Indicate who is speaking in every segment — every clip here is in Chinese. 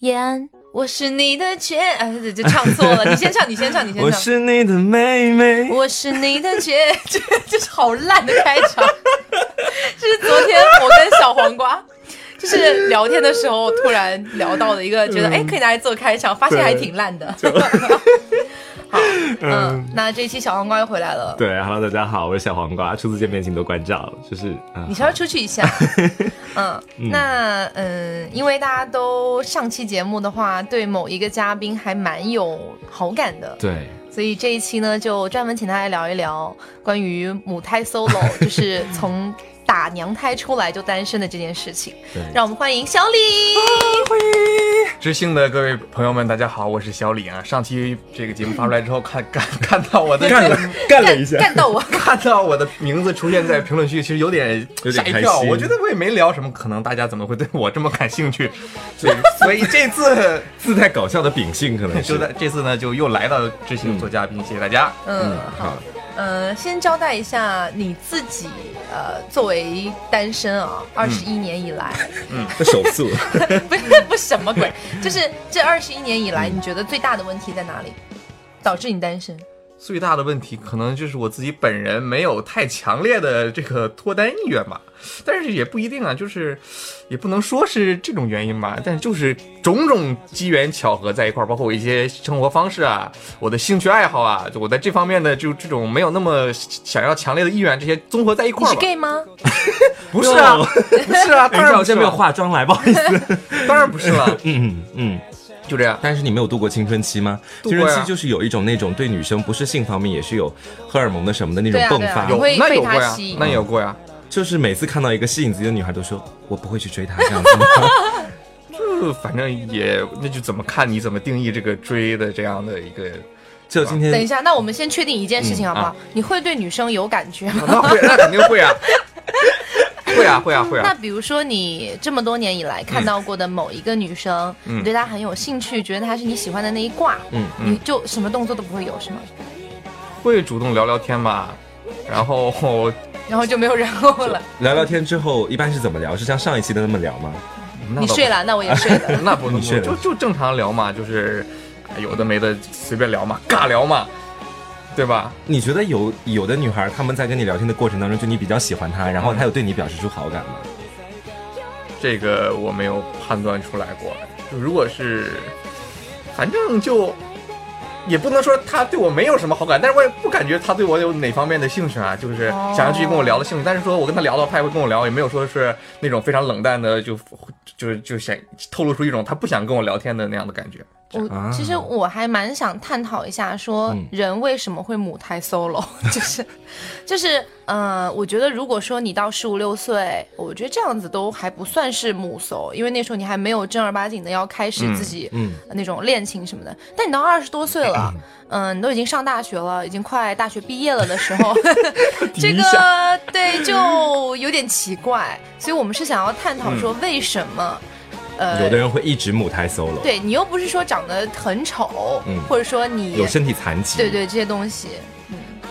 Speaker 1: 燕，我是你的 姐，哎，这这唱错了，你先唱，你先唱，你先唱。
Speaker 2: 我是你的妹妹。
Speaker 1: 我是你的姐， 这这是好烂的开场。 这是昨天我跟小黄瓜，就是聊天的时候突然聊到的一个，
Speaker 2: 嗯
Speaker 1: 觉得哎可以拿来做开场，发现还挺烂的。 好，嗯，那这一期小黄瓜又回来了。
Speaker 2: 对，Hello，大家好，我是小黄瓜，初次见面请多关照。就是，啊
Speaker 1: 你稍微出去一 下。嗯，那嗯，因为大家都上期节目的话，对某一个嘉宾还蛮有好感的，
Speaker 2: 对，
Speaker 1: 所以这一期呢，就专门请他来聊一聊关于母胎 solo，就是 从打娘胎出来就单身的这件事情。
Speaker 2: 对
Speaker 1: 让我们欢迎小 李。
Speaker 3: 知性的各位朋友们，大家好，我是小李啊。上期这个节目发出来之后，看看看到我的
Speaker 2: 干了 干了一下，
Speaker 1: 干啊 到我，
Speaker 3: 看到我的名字出现在评论区，其实有点
Speaker 2: 有点
Speaker 3: 吓一
Speaker 2: 开
Speaker 3: 跳。
Speaker 2: 心
Speaker 3: 我觉得我也没聊什么，可能大家怎么会对我这么感兴趣？ 对，所以这次
Speaker 2: 自带搞笑的秉性可能。
Speaker 3: 就是在这次呢，就又来到知性做嘉宾，谢谢大家。
Speaker 1: 嗯，好，呃，先交代一下你自己，呃，作为单身啊，二十一年以来，
Speaker 2: 这手 速，
Speaker 1: 不 不什么鬼，就是这二十一年以来，你觉得最大的问题在哪里，导致你单身？
Speaker 3: 最大的问题可能就是我自己本人没有太强烈的这个脱单意愿吧，但是也不一定啊，就是也不能说是这种原因吧，但就是种种机缘巧合在一块儿，包括我一些生活方式啊，我的兴趣爱好啊，就我在这方面的就这种没有那么想要强烈的意愿，这些综合在一
Speaker 1: 你
Speaker 3: 块儿
Speaker 1: 是
Speaker 3: 吧。
Speaker 1: gay 吗？
Speaker 3: 不是啊，
Speaker 2: 哟
Speaker 3: 不 是啊，当
Speaker 2: 等一
Speaker 3: 然
Speaker 2: 下，
Speaker 3: 不
Speaker 2: 我现
Speaker 3: 是
Speaker 2: 在没有
Speaker 3: 了，
Speaker 2: 化妆来，不好意思。
Speaker 3: 当然不是了，
Speaker 2: 嗯嗯，啊
Speaker 3: 就这样。
Speaker 2: 但是你没有度过青春期吗？
Speaker 3: 度
Speaker 2: 青
Speaker 3: 过呀
Speaker 2: 春期就是有一种那种对女生不是性方面也是有荷尔蒙的什么的那种
Speaker 1: 对啊
Speaker 2: 迸
Speaker 1: 对啊
Speaker 2: 发
Speaker 1: 有，会
Speaker 3: 那有
Speaker 1: 被他
Speaker 3: 过呀
Speaker 1: 吸引，
Speaker 3: 那有过呀，
Speaker 2: 就是每次看到一个吸引自己的女孩都说我不会去追她这样子吗。
Speaker 3: 就呃反正也那就怎么看你怎么定义这个追的这样的一个
Speaker 2: 就今天
Speaker 1: 等一下，那我们先确定一件事情好不好？你会对女生有感觉吗？
Speaker 3: 那会，那肯定会啊，会啊，会啊，会
Speaker 1: 那
Speaker 3: 啊。
Speaker 1: 比如说你这么多年以来看到过的某一个女生，你对她很有兴趣，觉得她是你喜欢的那一挂，
Speaker 2: 嗯
Speaker 1: 你就什么动作都不会有是吗？
Speaker 3: 会主动聊聊天吧，然后
Speaker 1: 然后就没有然后了。
Speaker 2: 聊聊天之后一般是怎么聊？是像上一期的那么聊吗？
Speaker 3: 那
Speaker 1: 你
Speaker 3: 倒不
Speaker 1: 睡了，那我也睡了。
Speaker 3: 那不能
Speaker 2: 你睡了
Speaker 3: 就就正常聊嘛，就是哎有的没的随便聊嘛，尬聊嘛，对吧？
Speaker 2: 你觉得有有的女孩，她们在跟你聊天的过程当中，就你比较喜欢她，然后她有对你表示出好感吗？
Speaker 3: 这个我没有判断出来过。就如果是，反正就也不能说他对我没有什么好感，但是我也不感觉他对我有哪方面的兴趣啊，就是
Speaker 1: 哦
Speaker 3: 想要继续跟我聊的兴趣。但是说我跟他聊的话，他也会跟我聊，也没有说是那种非常冷淡的，就就就想透露出一种他不想跟我聊天的那样的感觉。
Speaker 1: 我
Speaker 2: 啊
Speaker 1: 其实我还蛮想探讨一下，说
Speaker 2: 嗯
Speaker 1: 人为什么会母胎 solo，就是 就是呃，我觉得如果说你到十五六岁，我觉得这样子都还不算是母 solo，因为那时候你还没有正儿八经的要开始自己
Speaker 2: 嗯
Speaker 1: 那种恋情什么的。但你到二十多岁了，嗯、你都已经上大学了，已经快大学毕业了的时 候，这
Speaker 2: 一
Speaker 1: 个对就有点奇怪。所以我们是想要探讨说为什么。呃，
Speaker 2: 嗯有的人会一直母胎 solo，，
Speaker 1: 对你又不是说长得很丑，
Speaker 2: 嗯
Speaker 1: 或者说你
Speaker 2: 有身体残疾，
Speaker 1: 对，对这些东西，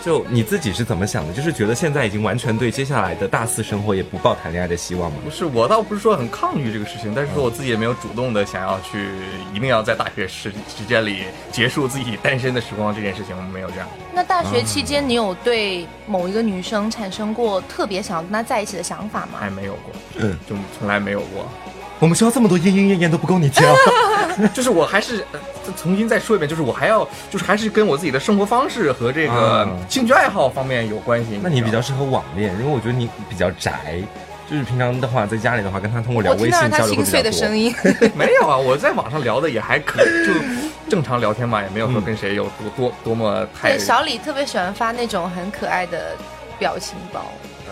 Speaker 2: 就你自己是怎么想的？就是觉得现在已经完全对接下来的大四生活也不抱谈恋爱的希望吗？
Speaker 3: 不是，我倒不是说很抗拒这个事情，但是说我自己也没有主动的想要去，一定要在大学时时间里结束自己单身的时光这件事情，没有这样。
Speaker 1: 那大学期
Speaker 2: 啊
Speaker 1: 间你有对某一个女生产生过特别想要跟她在一起的想法
Speaker 2: 哎
Speaker 1: 吗？
Speaker 3: 还没有过，
Speaker 2: 嗯，
Speaker 3: 就从来没有过。
Speaker 2: 我们学校这么多莺莺燕燕都不够你挑，
Speaker 3: 就是我还是呃重新再说一遍，就是我还要，就是还是跟我自己的生活方式和这个
Speaker 2: 啊
Speaker 3: 兴趣爱好方面有关系。
Speaker 2: 那你比
Speaker 3: 知道
Speaker 2: 较
Speaker 3: 吗
Speaker 2: 适合网恋，因为我觉得你比较宅。就是平常的话，在家里的话，跟她通过聊
Speaker 1: 我
Speaker 2: 微
Speaker 1: 听到了
Speaker 2: 信
Speaker 1: 她
Speaker 2: 交流
Speaker 1: 心
Speaker 2: 会比
Speaker 1: 碎
Speaker 2: 较
Speaker 1: 的声
Speaker 2: 多。
Speaker 1: 音，
Speaker 3: 没有啊？我在网上聊的也还可以，就正常聊天嘛，也没有说跟谁有多多多么太
Speaker 1: 对小李特别喜欢发那种很可爱的表情包，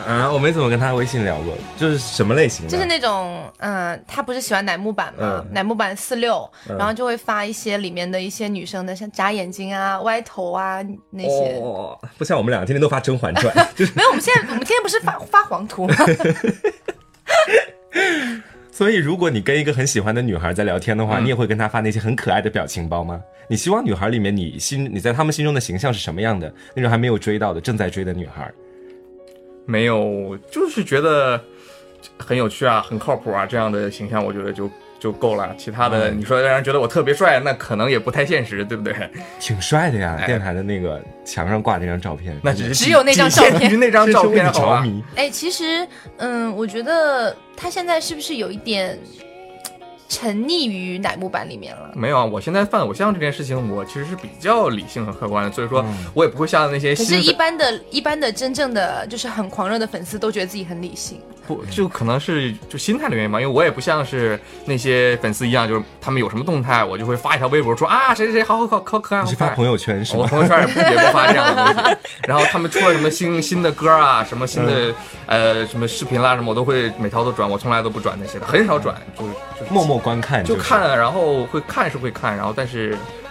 Speaker 2: 啊，我没怎么跟她微信聊过，就是什么类型的？
Speaker 1: 就是那种嗯、呃他不是喜欢乃木坂嘛，
Speaker 2: 嗯
Speaker 1: 乃木坂四六，然后就会发一些里面的一些女生的像眨眼睛啊、歪头啊那些。
Speaker 2: 哦，不像我们俩天天都发《甄嬛传》，就是
Speaker 1: 没有，我们现在我们天天不是发发黄图吗？
Speaker 2: 所以，如果你跟一个很喜欢的女孩在聊天的
Speaker 3: 嗯
Speaker 2: 话，你也会跟她发那些很可爱的表情包吗？你希望女孩里面你心你在她们心中的形象是什么样的？那种还没有追到的、正在追的女孩，
Speaker 3: 没有，就是觉得很有趣啊，很靠谱啊，这样的形象我觉得就就就够了。其他的，
Speaker 2: 嗯
Speaker 3: 你说让人觉得我特别帅，那可能也不太现实，对不 对？
Speaker 2: 挺帅的呀，电台的那个墙上挂那张照片，
Speaker 3: 哎那只是
Speaker 1: 只有那张照片
Speaker 3: 仅限于那张
Speaker 2: 真是
Speaker 3: 照
Speaker 2: 为
Speaker 3: 片
Speaker 2: 你
Speaker 3: 好
Speaker 2: 着
Speaker 3: 吧？
Speaker 2: 迷。
Speaker 1: 哎，其实，嗯，我觉得他现在是不是有一点沉溺于乃木坂里面了？
Speaker 3: 没有啊，我现在犯偶像这件事情，我其实是比较理性和客观的，所以说
Speaker 2: 嗯
Speaker 3: 我也不会像那些
Speaker 1: 可是，
Speaker 3: 新
Speaker 1: 一
Speaker 3: 粉
Speaker 1: 般的、一般的、真正的就是很狂热的粉丝都觉得自己很理性。
Speaker 3: 不就可能是就心态的原因吧，因为我也不像是那些粉丝一样，就是他们有什么动态，我就会发一条微博说啊谁谁谁好好好好可爱，
Speaker 2: 你
Speaker 3: 好
Speaker 2: 是
Speaker 3: 可
Speaker 2: 发
Speaker 3: 爱。
Speaker 2: 朋友圈是
Speaker 3: 我
Speaker 2: 吗？
Speaker 3: 朋友圈也不也不发这样的东西，然后他们出了什么新新的歌啊，什么新的、
Speaker 2: 嗯
Speaker 3: 呃什么视频啦、什么，我都会每条都转，我从来都不转那些的，很少转，就是就是
Speaker 2: 默默观看，
Speaker 3: 就是看，了，然后会看是会看，然后但是，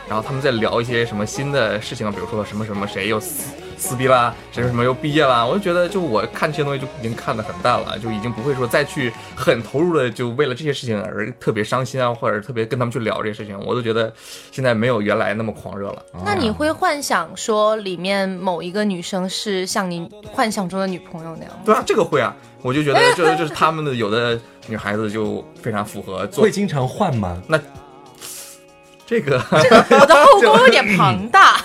Speaker 3: 然后他们在聊一些什么新的事情啊，比如说什么什么谁又撕撕逼啦，谁什么又毕业啦，我就觉得就我看这些东西就已经看得很淡了，就已经不会说再去很投入的就为了这些事情而特别伤心啊，或者特别跟他们去聊这些事情，我都觉得现在没有原来那么狂热了。
Speaker 1: 那你会幻想说里面某一个女生是像你幻想中的女朋友那样吗？
Speaker 3: 对啊，这个会啊，我就觉得这就是他们的有的女孩子就非常符合做
Speaker 2: 会经常换吗？
Speaker 3: 这 个。
Speaker 1: 我的后宫有点庞大。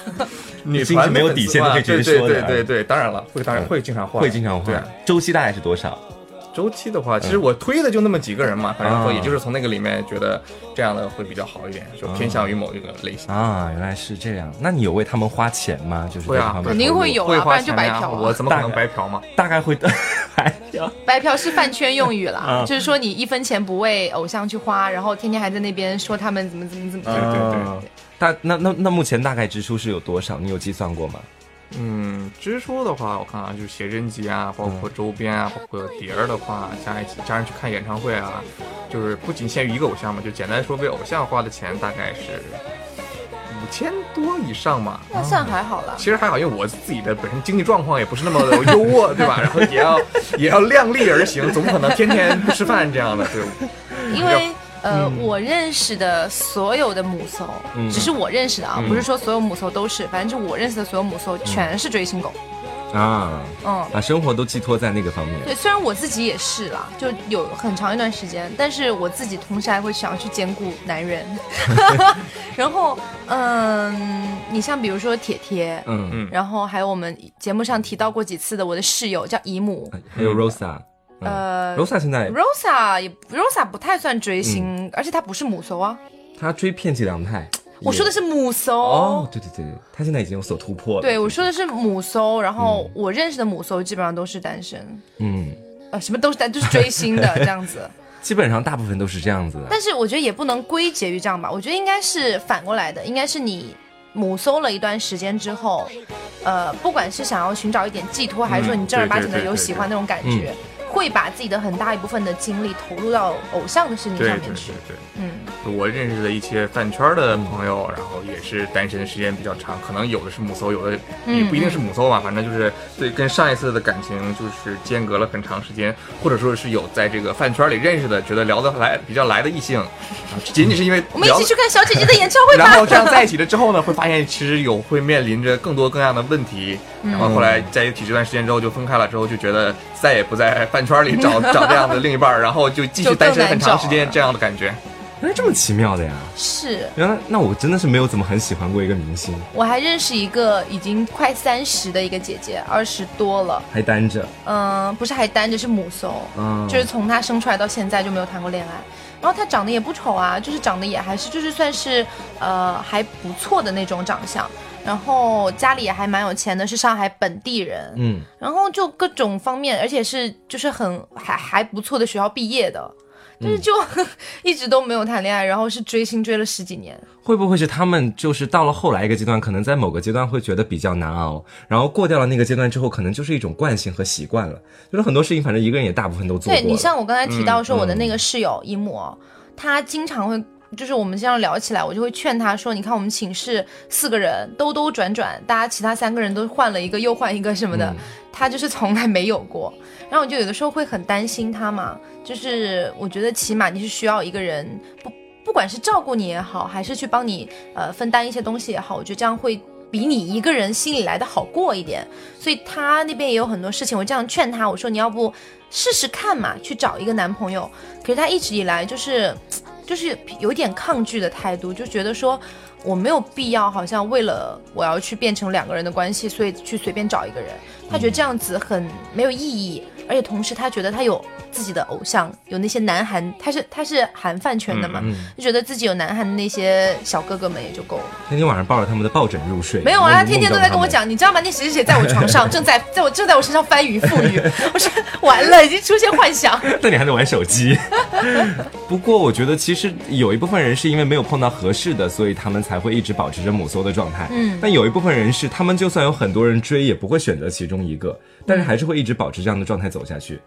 Speaker 3: 女
Speaker 2: 经
Speaker 3: 团
Speaker 2: 是
Speaker 3: 的
Speaker 2: 没有
Speaker 3: 粉
Speaker 2: 底
Speaker 3: 丝
Speaker 2: 线的
Speaker 3: 嘛
Speaker 2: 可以直
Speaker 3: 对
Speaker 2: 接
Speaker 3: 对
Speaker 2: 说
Speaker 3: 对
Speaker 2: 的
Speaker 3: 对对，当然了，会当
Speaker 2: 嗯
Speaker 3: 然会经常换，
Speaker 2: 会经常
Speaker 3: 对啊
Speaker 2: 换，周期大概是多少？
Speaker 3: 周期的话，其实我推的就那么几个人嘛，反正
Speaker 2: 嗯
Speaker 3: 说
Speaker 2: 啊
Speaker 3: 也就是从那个里面觉得这样的会比较好一点，就偏向于某一个类型。
Speaker 2: 啊，原来是这样。那你有为他们花钱吗？就是
Speaker 3: 会
Speaker 2: 在
Speaker 3: 啊
Speaker 2: 他们
Speaker 1: 肯定
Speaker 2: 投入
Speaker 1: 会有
Speaker 3: 会
Speaker 1: 啊不
Speaker 3: 花
Speaker 1: 然就
Speaker 3: 钱
Speaker 1: 白
Speaker 3: 呀
Speaker 1: 嫖啊
Speaker 3: 我怎么可能
Speaker 2: 大概
Speaker 3: 白嫖嘛？
Speaker 2: 大概会 还要
Speaker 1: 白嫖是饭圈用语啦，
Speaker 2: 嗯
Speaker 1: 就是说你一分钱不为偶像去花，然后天天还在那边说他们怎么怎么怎么
Speaker 3: 对
Speaker 1: 样。
Speaker 3: 对
Speaker 2: 啊大那那那目前大概支出是有多少？你有计算过吗？
Speaker 3: 嗯，支出的话，我看啊，就是写真集啊，包括周边啊，包括碟儿的话，加一起加上去看演唱会啊，就是不仅限于一个偶像嘛，就简单说为偶像花的钱大概是五千多以上嘛。
Speaker 1: 那算还好啦。
Speaker 3: 其实还好，因为我自己的本身经济状况也不是那么的优 渥，对吧？然后也要也要量力而行，总不可能天天不吃饭这样的， 对。
Speaker 1: 因为呃，
Speaker 2: 嗯
Speaker 1: 我认识的所有的母搜，只是我认识的啊，
Speaker 2: 嗯
Speaker 1: 不是说所有母搜都是，反正就我认识的所有母搜全是追星狗。
Speaker 2: 啊，
Speaker 1: 嗯，
Speaker 2: 把生活都寄托在那个方面。
Speaker 1: 对，虽然我自己也是啦，就有很长一段时间，但是我自己同时还会想要去兼顾男 人。 然后，嗯，你像比如说铁铁，
Speaker 2: 嗯，
Speaker 1: 然后还有我们节目上提到过几次的我的室友叫姨母，
Speaker 2: 还有 Rosa，
Speaker 1: 呃
Speaker 2: 嗯，Rosa 嗯现在
Speaker 1: Rosa 也 Rosa 不太算追星，而且她不是母搜啊，
Speaker 2: 她追片寄凉太，
Speaker 1: 我说的
Speaker 2: 是
Speaker 1: 是母搜。
Speaker 2: 哦，对对对，对她现在已经有所突破了。
Speaker 1: 对，我说的是母搜，然后
Speaker 3: 嗯
Speaker 1: 我认识的母搜基本上都是单身，
Speaker 2: 嗯，
Speaker 1: 呃，什么都是单，就是 追星的这样 子。
Speaker 2: 基本上大部分都是这样子的。
Speaker 1: 但是我觉得也不能归结于这样吧，我觉得应该是反过来的，应该是你母搜了一段时间之后，呃，不管是想要寻找一点寄托，还是说
Speaker 3: 嗯
Speaker 1: 你正儿八经的有喜欢那种感觉，会把自己的很大一部分的精力投入到偶像的事情上面去。
Speaker 3: 对。
Speaker 1: 嗯，
Speaker 3: 我认识的一些饭圈的朋友，然后也是单身时间比较长，可能有的是母搜，有的
Speaker 1: 嗯
Speaker 3: 也不一定是母搜吧，反正就是对跟上一次的感情就是间隔了很长时间，或者说是有在这个饭圈里认识的，觉得聊得来比较来的异性，啊仅仅是因为
Speaker 1: 我们一
Speaker 3: 聊
Speaker 1: 起
Speaker 3: 得
Speaker 1: 去看小姐姐的演唱会吧。
Speaker 3: 然后这样在一起了之后呢，会发现其实有会面临着更多各样的问题。
Speaker 1: 嗯
Speaker 3: 然后后来在一起这段时间之后就分开了，之后就觉得再也不在饭圈里 找找这样的另一半儿，然后就继续单身很长时
Speaker 1: 就更难
Speaker 3: 间
Speaker 1: 找
Speaker 3: 这样的感觉。
Speaker 2: 原来这么奇妙的呀！
Speaker 1: 是
Speaker 2: 原来那我真的是没有怎么很喜欢过一个明星，
Speaker 1: 我还认识一个已经快三十的一个姐姐，二十多了，
Speaker 2: 还单着。
Speaker 1: 嗯、不是还单着是母搜，
Speaker 2: 嗯，
Speaker 1: 就是从她生出来到现在就没有谈过恋爱。然后她长得也不丑啊，就是长得也还是就是算是呃还不错的那种长相，然后家里也还蛮有钱的，是上海本地人，
Speaker 2: 嗯，
Speaker 1: 然后就各种方面，而且是就是很还还不错的学校毕业的，但
Speaker 2: 嗯
Speaker 1: 是就、 一直都没有谈恋爱，然后是追星追了十几年，
Speaker 2: 会不会是他们就是到了后来一个阶段，可能在某个阶段会觉得比较难熬，然后过掉了那个阶段之后，可能就是一种惯性和习惯了。就是很多事情，反正一个人也大部分都做过嗯
Speaker 1: 对
Speaker 2: 了。
Speaker 1: 你像我刚才提到说，我的那个室友一木，他经常会。就是我们经常聊起来，我就会劝他说：“你看，我们寝室四个人兜兜转转，大家其他三个人都换了一个又换一个什么
Speaker 2: 嗯
Speaker 1: 的，他就是从来没有过。然后我就有的时候会很担心他嘛，就是我觉得起码你是需要一个人，不不管是照顾你也好，还是去帮你呃分担一些东西也好，我觉得这样会比你一个人心里来的好过一点。所以他那边也有很多事情，我这样劝他，我说你要不试试看嘛，去找一个男朋友。可是他一直以来就是。就是有点抗拒的态度，就觉得说我没有必要，好像为了我要去变成两个人的关系，所以去随便找一个人。他觉得这样子很没有意义，而且同时他觉得他有自己的偶像，有那些男韩，他是他是韩饭圈的嘛，就觉得自己有男韩的那些小哥哥们也就够了。
Speaker 2: 天天晚上抱着他们的抱枕入睡。
Speaker 1: 没有啊，他
Speaker 2: 梦
Speaker 1: 天天都在跟我。讲，你知道吗？那谁谁谁在我床 上，正在在我正在我身上翻云覆雨。 我说完了，已经出现幻 想。
Speaker 2: 梦到他们 那你还在玩手机？不过我觉得其实有一部分人是因为没有碰到合适的，所以他们才会一直保持着母搜的状态。嗯，但有一部分人是他们就算有很多人追，也不会选择其中一个，但是还是会一直保持这样的状态走下去。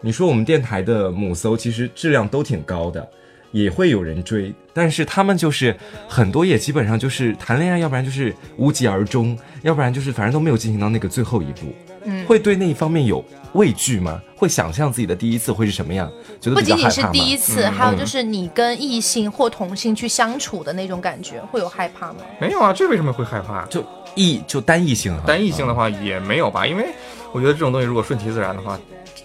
Speaker 2: 你说我们电台的母搜其实质量都挺高的，也会有人追，但是他们就是很多也基本上就是谈恋爱，要不然就是无疾而终，要不然就是反正都没有进行到那个最后一步。嗯，会对那一方面有畏惧吗？会想象自己的第一次会是什么样？觉得
Speaker 1: 不
Speaker 2: 比较
Speaker 1: 仅
Speaker 2: 害
Speaker 1: 仅是
Speaker 2: 怕吗？嗯
Speaker 1: 第一次，还有就是你跟异性或同性去相处的那种感觉，会有害怕吗？
Speaker 3: 没有啊，这为什么会害怕？
Speaker 2: 就异就单异性哈，啊
Speaker 3: 单异性的话也没有吧，因为我觉得这种东西如果顺其自然的话，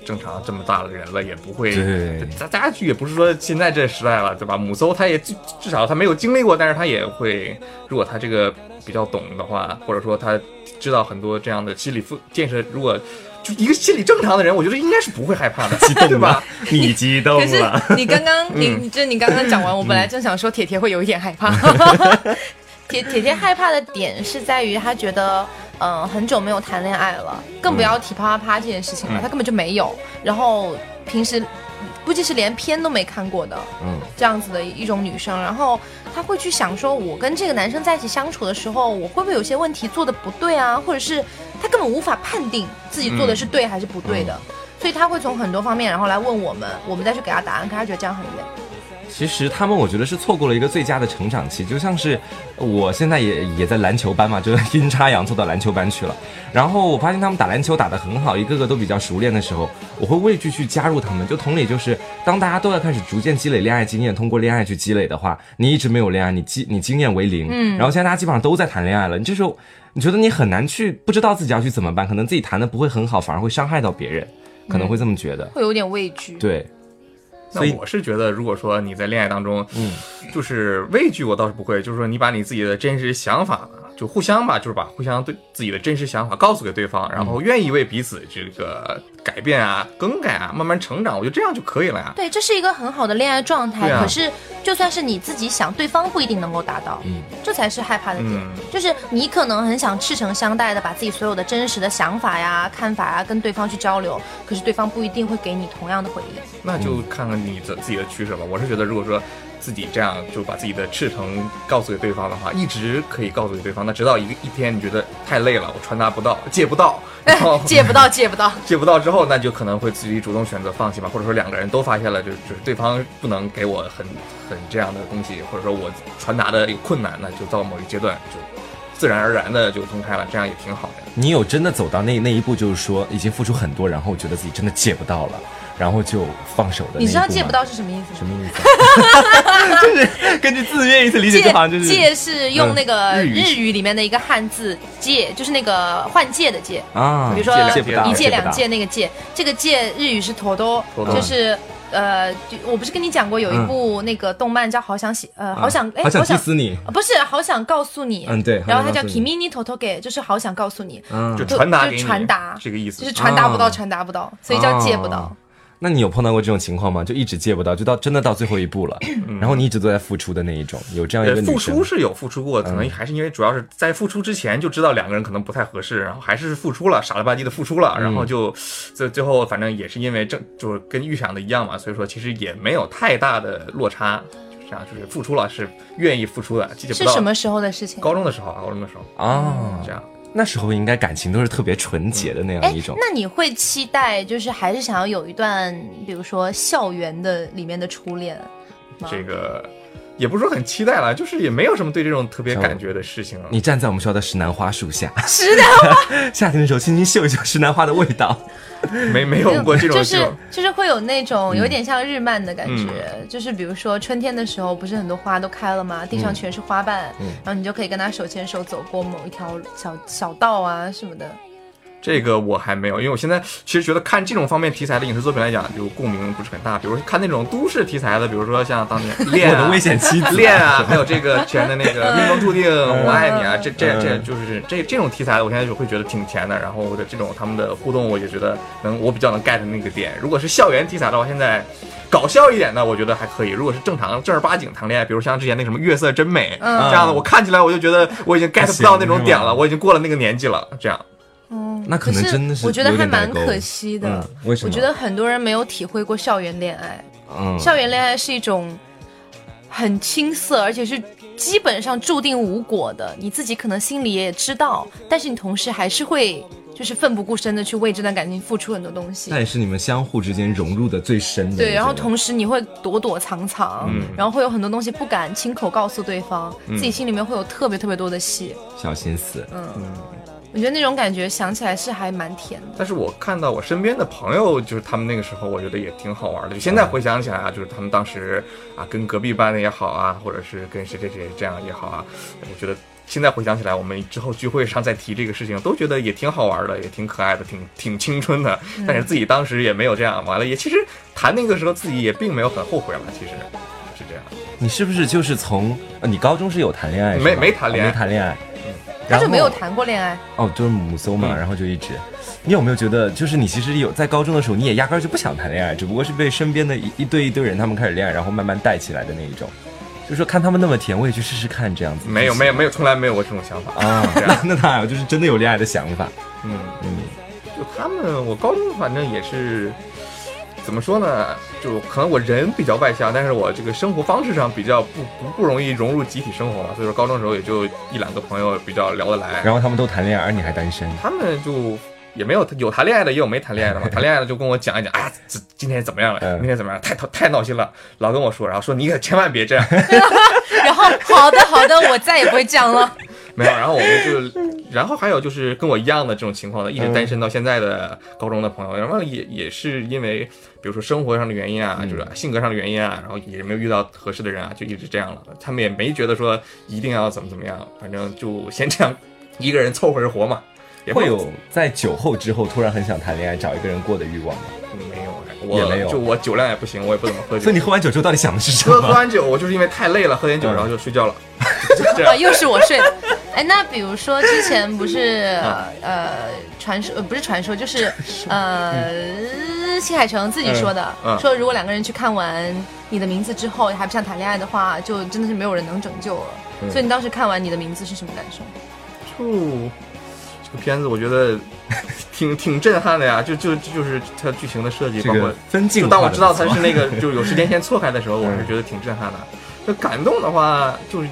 Speaker 3: 正常这么大的人了也不会
Speaker 2: 对，
Speaker 3: 咱大家去也不是说现在这时代了，对吧？母搜他也至至少他没有经历过，但是他也会，如果他这个比较懂的话，或者说他知道很多这样的心理复建设，如果就一个心理正常的人，我觉得应该是不会害怕的，
Speaker 2: 激动
Speaker 3: 对吧
Speaker 2: 了？， 你激动
Speaker 1: 可是
Speaker 2: 了。嗯
Speaker 1: 你刚 刚，你你这你刚刚讲完，我本来正想说铁铁会有一点害 怕。
Speaker 2: 嗯
Speaker 1: 铁铁铁害怕的点是在于他觉得，嗯、很久没有谈恋爱了，更不要提啪啪啪这件事情了，
Speaker 2: 嗯
Speaker 1: 他根本就没有。然后平时估计是连片都没看过的，
Speaker 2: 嗯，
Speaker 1: 这样子的一种女生，然后她会去想说，我跟这个男生在一起相处的时候，我会不会有些问题做的不对啊，或者是她根本无法判定自己做的是对还是不对的，所以她会从很多方面，然后来问我们，我们再去给她答案，可她觉得这样很累。
Speaker 2: 其实他们我觉得是错过了一个最佳的成长期，就像是呃我现在也也在篮球班嘛，就是阴差阳错到篮球班去了。然后我发现他们打篮球打得很好，一个个都比较熟练的时候，我会畏惧去加入他们。就同理，就是当大家都要开始逐渐积累恋爱经验，通过恋爱去积累的话，你一直没有恋爱，你经你经验为零。嗯，然后现在大家基本上都在谈恋爱了，你这时候你觉得你很难去不知道自己要去怎么办，可能自己谈的不会很好，反而会伤害到别人，可能会这么觉得。
Speaker 1: 会有点畏惧，
Speaker 2: 对，所以
Speaker 3: 那我是觉得，如果说你在恋爱当中，嗯，就是畏惧我倒是不会，就是说你把你自己的真实想法，就互相吧，就是把互相对自己的真实想法告诉给对方，然
Speaker 2: 嗯
Speaker 3: 后愿意为彼此这个改变啊、更改啊、慢慢成长，我觉得这样就可以了呀。
Speaker 1: 对，这是一个很好的恋爱状态。
Speaker 3: 对啊
Speaker 1: 可是，就算是你自己想，对方不一定能够达到，这才是害怕的点。
Speaker 3: 嗯
Speaker 1: 就是你可能很想赤诚相待的把自己所有的真实的想法呀、看法呀跟对方去交流，可是对方不一定会给你同样的回应。
Speaker 3: 那就
Speaker 2: 嗯
Speaker 3: 看看你的自己的取舍吧。我是觉得，如果说自己这样就把自己的赤诚告诉给对方的话，一直可以告诉给对方，那直到一个一天你觉得太累了，我传达不到、借不到，然后
Speaker 1: 借不到，借不到。
Speaker 3: 借不到之后，那就可能会自己主动选择放弃嘛，或者说两个人都发现了，就是就是对方不能给我很很这样的东西，或者说我传达的有困难，那就到某一阶段就自然而然的就分开了，这样也挺好的。
Speaker 2: 你有真的走到那那一步，就是说已经付出很多，然后觉得自己真的借不到了，然后就放手的那一步
Speaker 1: 你
Speaker 2: 吗。
Speaker 1: 知道借不到是什么意思
Speaker 2: 什
Speaker 1: 吗？
Speaker 2: 么意思啊？ 就是根据字面意思理解，就好像就是
Speaker 1: 借是用那个
Speaker 3: 嗯日语
Speaker 1: 日语里面的一个汉字“借”，就是那个换借的“借”。
Speaker 2: 啊，
Speaker 1: 比如说
Speaker 2: 借不到，
Speaker 1: 一届
Speaker 2: 借
Speaker 1: 两届
Speaker 2: 届，
Speaker 1: 那个届，这个届日语是陀多
Speaker 3: 陀，多
Speaker 1: 就是呃，就我不是跟你讲过有一
Speaker 2: 嗯啊
Speaker 1: 部那个动漫叫《好想写》，呃，好想哎，
Speaker 2: 好想
Speaker 1: 好
Speaker 2: 踢
Speaker 1: 想。
Speaker 2: 死你，
Speaker 1: 呃不是，好想告诉你，
Speaker 2: 嗯对好
Speaker 1: 然后它
Speaker 2: 想
Speaker 1: 叫
Speaker 2: 告诉
Speaker 1: Kimi ni totoge，就是好想告诉你，
Speaker 2: 嗯
Speaker 3: 就传达
Speaker 1: 就
Speaker 3: 给你，
Speaker 1: 传达
Speaker 3: 这个意思
Speaker 1: 就是。传达不到，
Speaker 2: 啊
Speaker 1: 传达不到，所以叫借不到
Speaker 2: 哦。那你有碰到过这种情况吗？就一直借不到，就到真的到最后一步了，然后你一直都在付出的那一种，有这样一
Speaker 3: 呃
Speaker 2: 个，
Speaker 3: 付
Speaker 2: 女生
Speaker 3: 出，是有付出过，可能还是因为主要是在付出之前就知道两个人可能不太合适，然后还是付出了，傻了吧唧的付出了，然后
Speaker 2: 嗯
Speaker 3: 就最最后反正也是因为正就是跟预想的一样嘛，所以说其实也没有太大的落差，就是这样，就是付出了是愿意付出的，记得不
Speaker 1: 是
Speaker 3: 到
Speaker 1: 什么时候的事情？
Speaker 3: 高中的时候啊，高中的时候
Speaker 2: 嗯啊
Speaker 3: 这，样，
Speaker 2: 那时候应该感情都是特别纯洁的那样
Speaker 1: 哎
Speaker 2: 一种，。
Speaker 1: 那你会期待，就是还是想要有一段，比如说校园的里面的初恋啊吗？
Speaker 3: 这个也不是说很期待了，就是也没有什么对这种特别感觉的事情。
Speaker 2: 你站在我们学校的石楠花树下，
Speaker 1: 是的，
Speaker 2: 夏天的时候轻轻嗅一嗅石楠花的味道。
Speaker 3: 没 没有过这种
Speaker 1: 就
Speaker 3: 这
Speaker 1: 是
Speaker 3: 种，
Speaker 1: 就是会有那种
Speaker 2: 嗯
Speaker 1: 有点像日漫的感觉，就是比如说春天的时候，不是很多花都开了吗？地上全是花
Speaker 2: 嗯
Speaker 1: 瓣，然后你就可以跟他手牵手走过某一条小小道啊什么的。
Speaker 3: 这个我还没有，因为我现在其实觉得看这种方面题材的影视作品来讲，就共鸣不是很大。比如说看那种都市题材的，比如说像 当年《恋
Speaker 2: 我》的
Speaker 3: 啊
Speaker 2: 危、险 妻子、
Speaker 3: 《恋》啊，还有这个之前的那个《命中注定我爱你》啊，这这这就是这这种题材的，我现在就会觉得挺甜的。然后的这种他们的互动，我也觉得能我比较能 get 那个点。如果是校园题材的话，现在。搞笑一点的，我觉得还可以。如果是正常正儿八经谈恋爱，比如像之前那什么《月色真美》
Speaker 1: 嗯
Speaker 3: 这样的，我看起来我就觉得我已经 get 不到那种点
Speaker 2: 是吗
Speaker 3: 了，我已经过了那个年纪了。这样，
Speaker 2: 那可能真的是
Speaker 1: 我觉得
Speaker 2: 有
Speaker 1: 还
Speaker 2: 点代
Speaker 1: 蛮
Speaker 2: 沟
Speaker 1: 可惜的。
Speaker 2: 嗯为什么
Speaker 1: 我觉得很多人没有体会过校园恋爱。
Speaker 2: 嗯，
Speaker 1: 校园恋爱是一种很青涩，而且是基本上注定无果的。你自己可能心里也知道，但是你同时还是会就是奋不顾身的去为这段感情付出很多东西
Speaker 2: 那。也是你们相互之间融入的最深的。
Speaker 1: 对，然后
Speaker 2: 我觉得
Speaker 1: 同时你会躲躲藏藏，然后会有很多东西不敢亲口告诉对方，自己心里面会有特别特别多的戏。
Speaker 2: 小心思，
Speaker 1: 嗯我觉得那种感觉想起来是还蛮甜的。
Speaker 3: 但是我看到我身边的朋友，就是他们那个时候，我觉得也挺好玩的。就现在回想起来啊，就是他们当时啊，跟隔壁班的也好啊，或者是跟谁谁谁这样也好啊， 我觉得现在回想起来，我们之后聚会上再提这个事情，都觉得也挺好玩的，也挺可爱的，挺挺青春的。但是自己当时也没有这样，完了也其实谈那个时候自己也并没有很后悔了，其实是这样。
Speaker 2: 你是不是就是从呃你高中是有谈恋爱是吗？
Speaker 3: 没没谈恋爱
Speaker 2: 哦没谈恋爱，
Speaker 1: 嗯他
Speaker 2: 然
Speaker 1: 就
Speaker 2: 后
Speaker 1: 没有谈过恋爱，
Speaker 2: 哦，就是母搜嘛，
Speaker 3: 嗯
Speaker 2: 然后就一直。你有没有觉得，就是你其实有在高中的时候，你也压根儿就不想谈恋爱，只不过是被身边的一一对一对人他们开始恋爱，然后慢慢带起来的那一种。就说看他们那么甜，我也去试试看这样子。
Speaker 3: 没有没有没有，从来没有过这种想法啊，这样
Speaker 2: 那，那当然，就是真的有恋爱的想法。
Speaker 3: 嗯。
Speaker 2: 嗯，
Speaker 3: 就他们，我高中反正也是，怎么说呢？就可能我人比较外向，但是我这个生活方式上比较不不不容易融入集体生活嘛，所以说高中时候也就一两个朋友比较聊得来，
Speaker 2: 然后他们都谈恋爱，而你还单身。
Speaker 3: 他们就。也没有有谈恋爱的，也有没谈恋爱的嘛。谈恋爱的就跟我讲一讲，哎呀，这今天怎么样了？
Speaker 2: 嗯
Speaker 3: 明天怎么样？太讨太闹心了，老跟我说，然后说你可千万别这样。
Speaker 1: 然后好的好的，我再也不会这样了。
Speaker 3: 没有，然后我们 就，然后还有就是跟我一样的这种情况的，一直
Speaker 2: 嗯
Speaker 3: 单身到现在的高中的朋友，然后也也是因为，比如说生活上的原因啊，就是
Speaker 2: 嗯
Speaker 3: 性格上的原因啊，然后也没有遇到合适的人啊，就一直这样了。他们也没觉得说一定要怎么怎么样，反正就先这样一个人凑合着活嘛。也
Speaker 2: 会有在酒后之后突然很想谈恋爱、找一个人过的欲望吗？
Speaker 3: 没有哎？
Speaker 2: 也没
Speaker 3: 我
Speaker 2: 有
Speaker 3: 就我酒量也不行，我也不怎么喝酒
Speaker 2: 所以。你喝完酒之后到底想的是什
Speaker 3: 喝喝
Speaker 2: 么？
Speaker 3: 完酒，我就是因为太累了，喝点酒
Speaker 2: 嗯
Speaker 3: 然后就睡 觉了，就这
Speaker 1: 啊，
Speaker 3: 样。
Speaker 1: 又是我睡的。哎，那比如说之前不是呃传说，呃不是传说，就是呃新海诚自己说的，
Speaker 3: 嗯嗯
Speaker 1: 说如果两个人去看完《你的名字》之后还不想谈恋爱的话，就真的是没有人能拯救了。所以你当时看完《你的名字》是什么感受？
Speaker 3: 就这个片子，我觉得 挺挺震撼的呀，就就就是它剧情的设计，
Speaker 2: 这
Speaker 3: 包括
Speaker 2: 个分
Speaker 3: 就
Speaker 2: 镜
Speaker 3: 当
Speaker 2: 化
Speaker 3: 我
Speaker 2: 的
Speaker 3: 知道它
Speaker 2: 不错
Speaker 3: 是那个， 就是有时间线错开的时候，我
Speaker 2: 嗯
Speaker 3: 是觉得挺震撼的。就感动的话，就是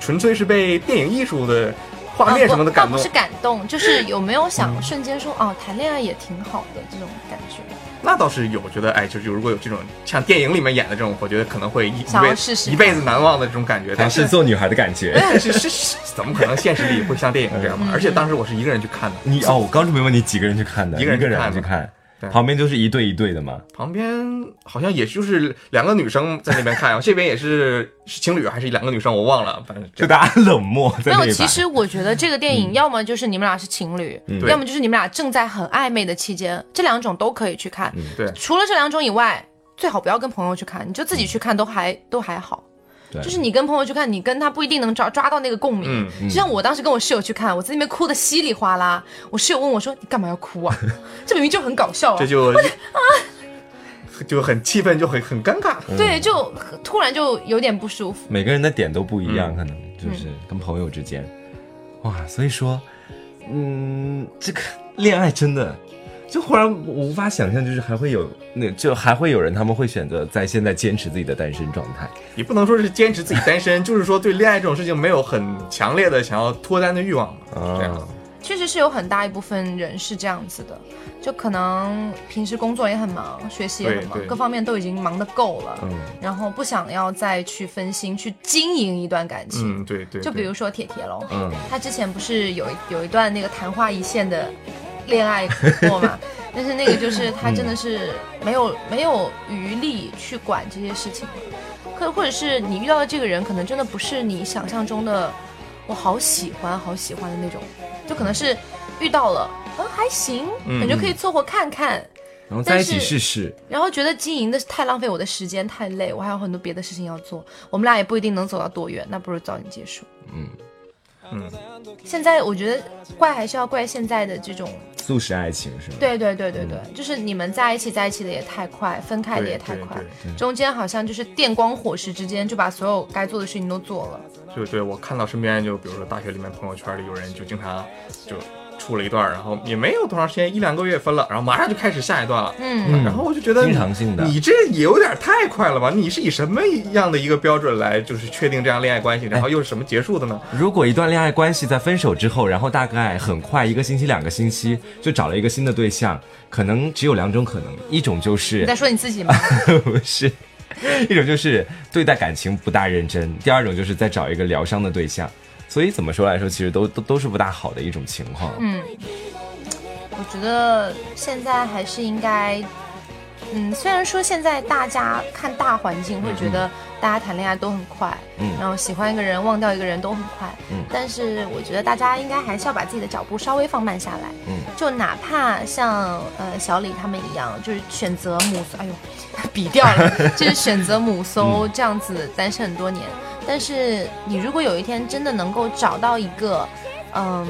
Speaker 3: 纯粹是被电影艺术的画面什么的
Speaker 1: 啊
Speaker 3: 感
Speaker 1: 不倒不
Speaker 3: 动
Speaker 1: 是。感动，就是有没有想瞬间说，哦，谈恋爱也挺好的这种感觉，
Speaker 3: 那倒是有，觉得哎，就是如果有这种像电影里面演的这种，我觉得可能会一一
Speaker 1: 想要
Speaker 3: 辈
Speaker 1: 试试
Speaker 3: 一辈子难忘的这种感觉。但
Speaker 2: 尝
Speaker 3: 是
Speaker 2: 试做女孩的感 觉。
Speaker 3: 但是是是，怎么可能现实里会像电影这样嘛？
Speaker 2: 嗯
Speaker 3: 而且当时我是一个人去看的，
Speaker 2: 你哦，我刚准备问你几个人去看的，
Speaker 3: 一个人去看
Speaker 2: 去
Speaker 3: 的
Speaker 2: 看，
Speaker 3: 对
Speaker 2: 旁边就是一对一对的嘛。
Speaker 3: 旁边好像也就是两个女生在那边看，啊这边也是是情侣还是两个女生，我忘了，反正这
Speaker 2: 就大家冷漠在
Speaker 1: 没
Speaker 2: 那
Speaker 1: 有，
Speaker 2: 里
Speaker 1: 其
Speaker 2: 吧。
Speaker 1: 实我觉得这个电影要么就是你们俩是情侣，
Speaker 3: 嗯对
Speaker 1: 要么就是你们俩正在很暧昧的期间，这两种都可以去看。
Speaker 3: 嗯对。
Speaker 1: 除了这两种以外，最好不要跟朋友去看，你就自己去看都还
Speaker 3: 嗯
Speaker 1: 都还好。
Speaker 2: 对
Speaker 1: 就是你跟朋友去看，你跟他不一定能抓抓到那个共
Speaker 3: 嗯
Speaker 1: 鸣。就像我当时跟我室友去看，我在那边哭的稀里哗啦，我室友问我说：“你干嘛要哭啊？这明明就很搞笑啊。”
Speaker 3: 这就就很气氛就很很尴尬。
Speaker 1: 对，就突然就有点不舒服。
Speaker 2: 每个人的点都不一
Speaker 3: 嗯
Speaker 2: 样，可能
Speaker 1: 嗯
Speaker 2: 就是跟朋友之间，哇，所以说，嗯，这个恋爱真的。就忽然我无法想象，就是还会有那就还会有人他们会选择在现在坚持自己的单身状态，
Speaker 3: 也不能说是坚持自己单身，就是说对恋爱这种事情没有很强烈的想要脱单的欲望嘛。
Speaker 2: 啊
Speaker 3: 这样，
Speaker 1: 确实是有很大一部分人是这样子的，就可能平时工作也很忙，学习也很忙
Speaker 3: 对，对嗯
Speaker 1: 各方面都已经忙得够了，然后不想要再去分心去经营一段感情。
Speaker 3: 嗯，对对。
Speaker 1: 就比
Speaker 3: 对
Speaker 1: 如说铁铁喽，
Speaker 2: 嗯
Speaker 1: 他之前不是有一有一段那个昙花一现的恋爱过 嘛？但是那个就是他
Speaker 3: 嗯
Speaker 1: 真的是没有、没有余力去管这些事情了，或或者是你遇到的这个人，可能真的不是你想象中的我好喜欢好喜欢的那种，就可能是遇到了，嗯，还行，
Speaker 3: 嗯
Speaker 1: 感觉可以凑合看看。
Speaker 2: 然后
Speaker 1: 但
Speaker 2: 在一起
Speaker 1: 是
Speaker 2: 试试。
Speaker 1: 然后觉得经营的太浪费我的时间，太累，我还有很多别的事情要做，我们俩也不一定能走到多远，那不如早点结束。
Speaker 2: 嗯，
Speaker 3: 嗯，
Speaker 1: 现在我觉得怪还是要怪现在的这种，
Speaker 2: 素食爱情是吗？，
Speaker 1: 对对对对对，
Speaker 3: 嗯
Speaker 1: 就是你们在一起在一起的也太快，分开的也太快
Speaker 3: 对，
Speaker 1: 中间好像就是电光火石之间就把所有该做的事情都做了。
Speaker 3: 就对我看到身边就比如说大学里面朋友圈里有人就经常就处了一段儿，然后也没有多长时间，一两个月分了，然后马上就开始下一段了。
Speaker 1: 嗯，
Speaker 2: 嗯
Speaker 3: 然后我就觉得
Speaker 2: 经常性的
Speaker 3: 你这也有点太快了吧？你是以什么样的一个标准来就是确定这样恋爱关系，然后又是什么结束的呢？
Speaker 2: 如果一段恋爱关系在分手之后，然后大概很快一个星期、两个星期就找了一个新的对象，可能只有两种可能，一种就是
Speaker 1: 你在说你自己吗？
Speaker 2: 不是，一种就是对待感情不大认真，第二种就是在找一个疗伤的对象。所以怎么说来说，其实都都都是不大好的一种情况。
Speaker 1: 嗯，我觉得现在还是应该，嗯，虽然说现在大家看大环境会觉得大家谈恋爱都很快，
Speaker 2: 嗯
Speaker 1: 然后喜欢一个人忘掉一个人都很快，
Speaker 2: 嗯
Speaker 1: 但是我觉得大家应该还是要把自己的脚步稍微放慢下来，
Speaker 2: 嗯
Speaker 1: 就哪怕像呃小李他们一样，就是选择母，哎呦， 比掉了， 就是选择母搜
Speaker 2: 嗯
Speaker 1: 这样子单身很多年，但是你如果有一天真的能够找到一个，嗯。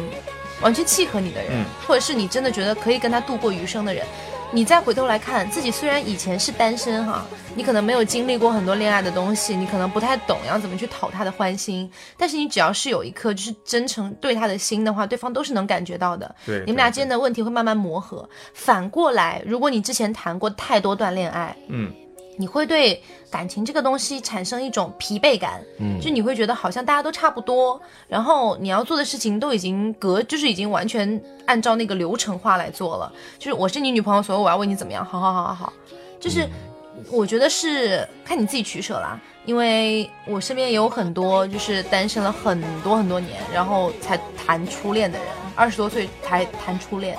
Speaker 1: 完全契合你的人，
Speaker 3: 嗯
Speaker 1: 或者是你真的觉得可以跟他度过余生的人，你再回头来看自己，虽然以前是单身哈，你可能没有经历过很多恋爱的东西，你可能不太懂要怎么去讨他的欢心，但是你只要是有一颗就是真诚对他的心的话，对方都是能感觉到的。
Speaker 3: 对，
Speaker 1: 你们俩
Speaker 3: 对
Speaker 1: 之间，的问题会慢慢磨合。反过来，如果你之前谈过太多段恋爱，
Speaker 3: 嗯，
Speaker 1: 你会对感情这个东西产生一种疲惫感，嗯，就你会觉得好像大家都差不多，然后你要做的事情都已经隔，就是已经完全按照那个流程化来做了，就是我是你女朋友，所以我要为你怎么样，好好好好好，就是
Speaker 3: 嗯
Speaker 1: 我觉得是看你自己取舍啦，因为我身边也有很多就是单身了很多很多年，然后才谈初恋的人，二十多岁才谈初恋，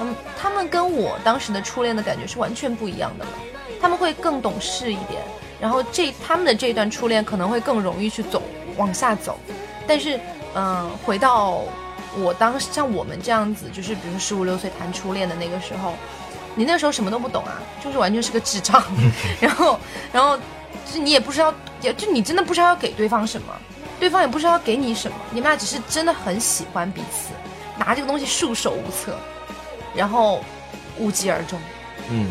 Speaker 1: 嗯，他们跟我当时的初恋的感觉是完全不一样的嘛。他们会更懂事一点，然后这他们的这一段初恋可能会更容易去走往下走，但是嗯、呃回到我当时像我们这样子，就是比如十五六岁谈初恋的那个时候，你那时候什么都不懂啊，就是完全是个智障，
Speaker 2: 嗯
Speaker 1: 然后然后就是你也不知道，也就你真的不知道要给对方什么，对方也不知道要给你什么，你们俩只是真的很喜欢彼此，拿这个东西束手无策，然后无疾而终。
Speaker 2: 嗯，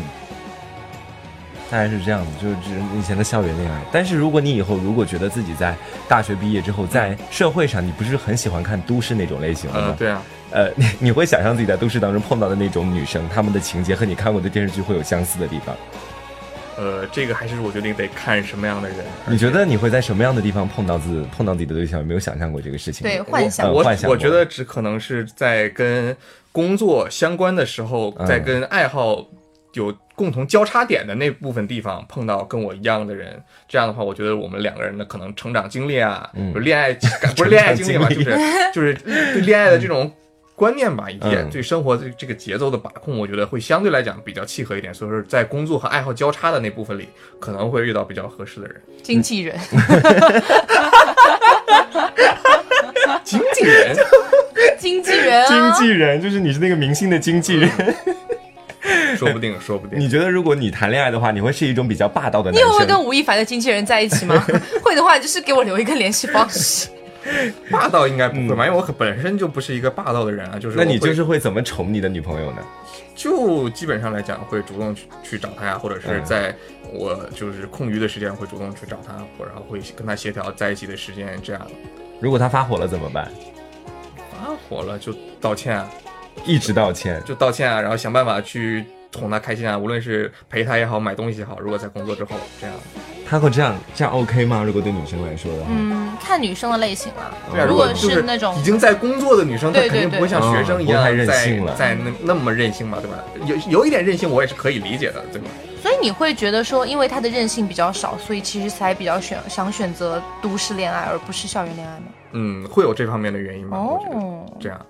Speaker 2: 大概是这样子，就是这以前的校园恋爱。但是如果你以后如果觉得自己在大学毕业之后，在社会上，你不是很喜欢看都市那种类型的
Speaker 3: 呃，
Speaker 2: 吗？
Speaker 3: 对啊，
Speaker 2: 呃， 你你会想象自己在都市当中碰到的那种女生，她们的情节和你看过的电视剧会有相似的地方。
Speaker 3: 呃，这个还是我觉得得看什么样的人。
Speaker 2: 你觉得你会在什么样的地方碰到自碰到自己的对象？有没有想象过这个事情？
Speaker 1: 对幻想
Speaker 2: 嗯
Speaker 3: 我
Speaker 2: 幻想
Speaker 3: 我
Speaker 2: 过
Speaker 3: 觉得只可能是在跟工作相关的时候，
Speaker 2: 嗯
Speaker 3: 在跟爱好有共同交叉点的那部分地方碰到跟我一样的人，这样的话，我觉得我们两个人的可能成长经历啊，
Speaker 2: 嗯
Speaker 3: 不是恋爱 不是恋爱经历吧，
Speaker 2: 成
Speaker 3: 就
Speaker 2: 长
Speaker 3: 是
Speaker 2: 经
Speaker 3: 就是对恋爱的这种。观念吧，以及
Speaker 2: 嗯
Speaker 3: 对生活的这个节奏的把控，我觉得会相对来讲比较契合一点。所以说，在工作和爱好交叉的那部分里，可能会遇到比较合适的 人。
Speaker 1: 经纪人，
Speaker 3: 经纪人，
Speaker 1: 经纪人、
Speaker 2: 嗯经
Speaker 1: 啊，
Speaker 2: 纪人就是你是那个明星的经纪人。
Speaker 3: 说不定，说不 定。
Speaker 2: 你觉得如果你谈恋爱的话，你会是一种比较霸道的
Speaker 1: 你
Speaker 2: 男
Speaker 1: 有会跟
Speaker 2: 生？
Speaker 1: 吴亦凡的经纪人在一起吗？ 会的话，就是给我留一个联系方式。
Speaker 3: 霸道应该不会吧？因为我可本身就不是一个霸道的人啊，就是
Speaker 2: 嗯那你
Speaker 3: 我会
Speaker 2: 就是会怎么宠你的女朋友呢？
Speaker 3: 就基本上来讲会主动去去找他呀，或者是
Speaker 2: 嗯
Speaker 3: 在我就是空余的时间会主动去找他，或然后会跟他协调在一起的时间，这样
Speaker 2: 如果她发火了怎么办？
Speaker 3: 发火了就道歉啊，
Speaker 2: 一直道歉。
Speaker 3: 就道歉啊，然后想办法去哄他开心啊，无论是陪他也好，买东西也好，如果在工作之后这
Speaker 2: 哦
Speaker 3: 样，
Speaker 2: 他会这样这样 OK 吗？如果对女生来说的话，
Speaker 1: 嗯，看女生的类型了、
Speaker 3: 对啊，
Speaker 1: 如
Speaker 3: 果
Speaker 1: 果
Speaker 3: 就是
Speaker 1: 那种
Speaker 3: 已经在工作的女生，她
Speaker 1: 对
Speaker 3: 肯定
Speaker 1: 对
Speaker 3: 不会像
Speaker 2: 对
Speaker 3: 学生
Speaker 2: 嗯
Speaker 3: 一
Speaker 2: 不
Speaker 3: 样
Speaker 2: 太任
Speaker 3: 在
Speaker 2: 性了
Speaker 3: 在那那么任性吧，对吧？有有一点任性，我也是可以理解的，对吧？
Speaker 1: 所以你会觉得说，因为他的任性比较少，所以其实才比较选想选择都市恋爱，而不是校园恋爱吗？
Speaker 3: 嗯，会有这方面的原因吧？我觉得
Speaker 1: 哦，
Speaker 3: 这样。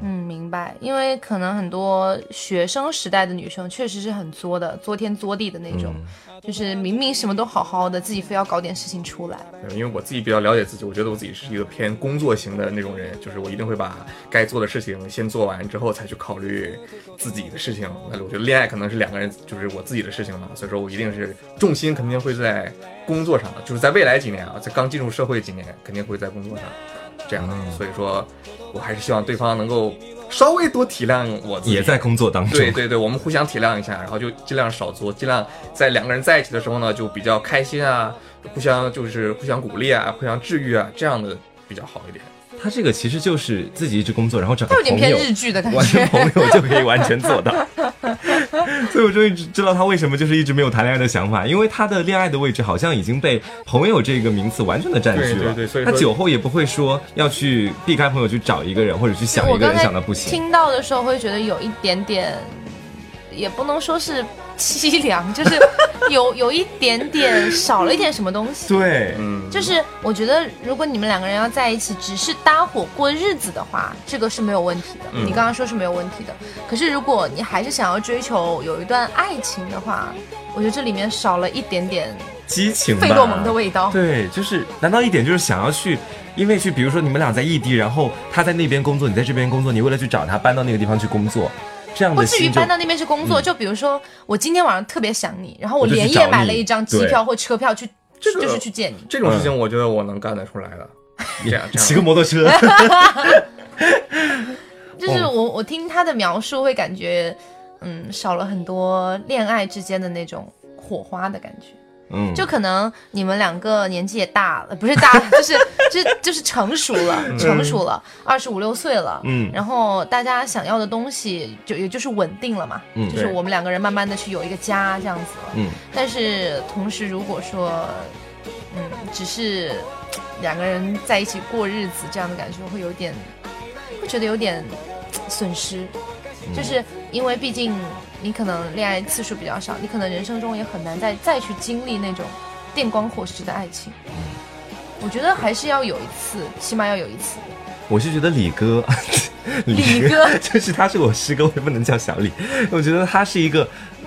Speaker 1: 嗯，明白。因为可能很多学生时代的女生确实是很作的，作天作地的那种，
Speaker 2: 嗯
Speaker 1: 就是明明什么都好好的，自己非要搞点事情出来。
Speaker 2: 嗯
Speaker 3: 因为我自己比较了解自己，我觉得我自己是一个偏工作型的那种人，就是我一定会把该做的事情先做完之后，才去考虑自己的事情。那我觉得恋爱可能是两个人，就是我自己的事情嘛，所以说我一定是重心肯定会在工作上，就是在未来几年啊，在刚进入社会几年，肯定会在工作上这样的。
Speaker 2: 嗯
Speaker 3: 所以说，我还是希望对方能够稍微多体谅我自己，
Speaker 2: 也在工作当 中。
Speaker 3: 对对对，我们互相体谅一下，然后就尽量少作，尽量在两个人在一起的时候呢，就比较开心啊，互相就是互相鼓励啊，互相治愈啊，这样的比较好一点。
Speaker 2: 他这个其实就是自己一直工作，然后找个
Speaker 1: 它有点
Speaker 2: 朋
Speaker 1: 偏
Speaker 2: 友，
Speaker 1: 日剧的感
Speaker 2: 完全
Speaker 1: 觉。
Speaker 2: 朋友就可以完全做到。 所以我终于知道他为什么就是一直没有谈恋爱的想法，因为他的恋爱的位置好像已经被朋友这个名词完全的占据了。
Speaker 3: 对对对所以
Speaker 2: 他
Speaker 3: 说
Speaker 2: 酒后也不会说要去避开朋友去找一个人，或者去想
Speaker 1: 我
Speaker 2: 一个
Speaker 1: 刚
Speaker 2: 人
Speaker 1: 才
Speaker 2: 想到不行。
Speaker 1: 听到的时候会觉得有一点点，也不能说是凄凉，就是有有一点点少了一点什么东西。
Speaker 2: 对，
Speaker 3: 嗯，
Speaker 1: 就是我觉得，如果你们两个人要在一起，只是搭伙过日子的话，这个是没有问题的。
Speaker 2: 嗯
Speaker 1: 你刚刚说是没有问题的，可是如果你还是想要追求有一段爱情的话，我觉得这里面少了一点点
Speaker 2: 激情吧
Speaker 1: 费洛蒙的味道。
Speaker 2: 对，就是难道一点就是想要去，因为去，比如说你们俩在异地，然后他在那边工作，你在这边工作，你为了去找他搬到那个地方去工作，这样
Speaker 1: 不
Speaker 2: 的
Speaker 1: 至于
Speaker 2: 心就嗯
Speaker 1: 搬到那边去工作，就比如说我今天晚上特别想你，然后我
Speaker 2: 我就去
Speaker 1: 连
Speaker 2: 找
Speaker 1: 夜
Speaker 2: 你
Speaker 1: 买了一张机
Speaker 2: 对
Speaker 1: 票或车票去，
Speaker 3: 这个
Speaker 1: 就是去见你。
Speaker 3: 这种事情，我觉得我能干得出来的。这样这
Speaker 2: 骑个
Speaker 3: 样，
Speaker 2: 摩托车。
Speaker 1: 就是
Speaker 2: 哦
Speaker 1: 我我听他的描述会感觉，嗯，少了很多恋爱之间的那种火花的感觉。
Speaker 2: 嗯，
Speaker 1: 就可能你们两个年纪也大了，不是大，就是就是就是成熟了，成熟了，二十五六岁了，
Speaker 2: 嗯
Speaker 1: 然后大家想要的东西就也就是稳定了嘛，
Speaker 2: 嗯
Speaker 1: 就是
Speaker 3: 对
Speaker 1: 我们两个人慢慢的去有一个家这样子了，
Speaker 2: 嗯，
Speaker 1: 但是同时如果说，嗯，只是两个人在一起过日子这样的感觉，会有点，会觉得有点损失，
Speaker 2: 嗯
Speaker 1: 就是因为毕竟你可能恋爱次数比较少，你可能人生中也很难再再去经历那种电光火石的爱情。
Speaker 2: 嗯
Speaker 1: 我觉得还是要有一次，起码要有一次。
Speaker 2: 我是觉得李哥，
Speaker 1: 李哥
Speaker 2: 就是他是我师哥，我也不能叫小李。我觉得他是一个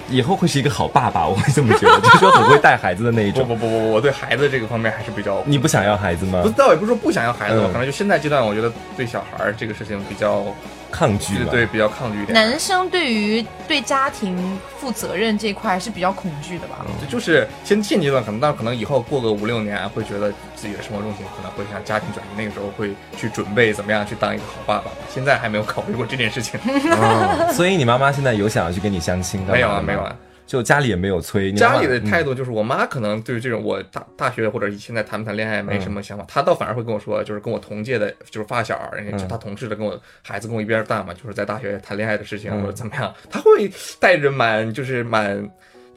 Speaker 2: 以后会是一个好爸爸，我会这么觉得，就是说很会带孩子的那一
Speaker 3: 不
Speaker 2: 种。
Speaker 3: 不不 不，我对孩子这个方面还是比较，
Speaker 2: 你不想要孩子吗
Speaker 3: 不？倒也不是说不想要孩子吧，
Speaker 2: 嗯
Speaker 3: 可能就现在阶段，我觉得对小孩儿这个事情比较，
Speaker 2: 抗拒
Speaker 3: 对
Speaker 2: 吧？
Speaker 3: 对，比较抗拒一点。
Speaker 1: 男生对于对家庭负责任这一块是比较恐惧的
Speaker 2: 嗯
Speaker 1: 吧？
Speaker 3: 就是先现阶段可能，但可能以后过个五六年，会觉得自己的生活重心可能会向家庭转移，那个时候会去准备怎么样去当一个好爸爸。现在还没有考虑过这件事情，
Speaker 2: 嗯所以你妈妈现在有想要去跟你相亲干嘛的
Speaker 3: 没有啊
Speaker 2: 吗
Speaker 3: 没有啊，
Speaker 2: 就家里也没有催。你妈妈
Speaker 3: 家里的嗯态度就是，我妈可能对于这种我大大学或者现在谈不谈恋爱没什么想法，她倒反而会跟我说，就是跟我同届的，就是发小，人家就她同事的，跟我孩子跟我一边儿大嘛，就是在大学谈恋爱的事情或者怎么样，她会带着满就是满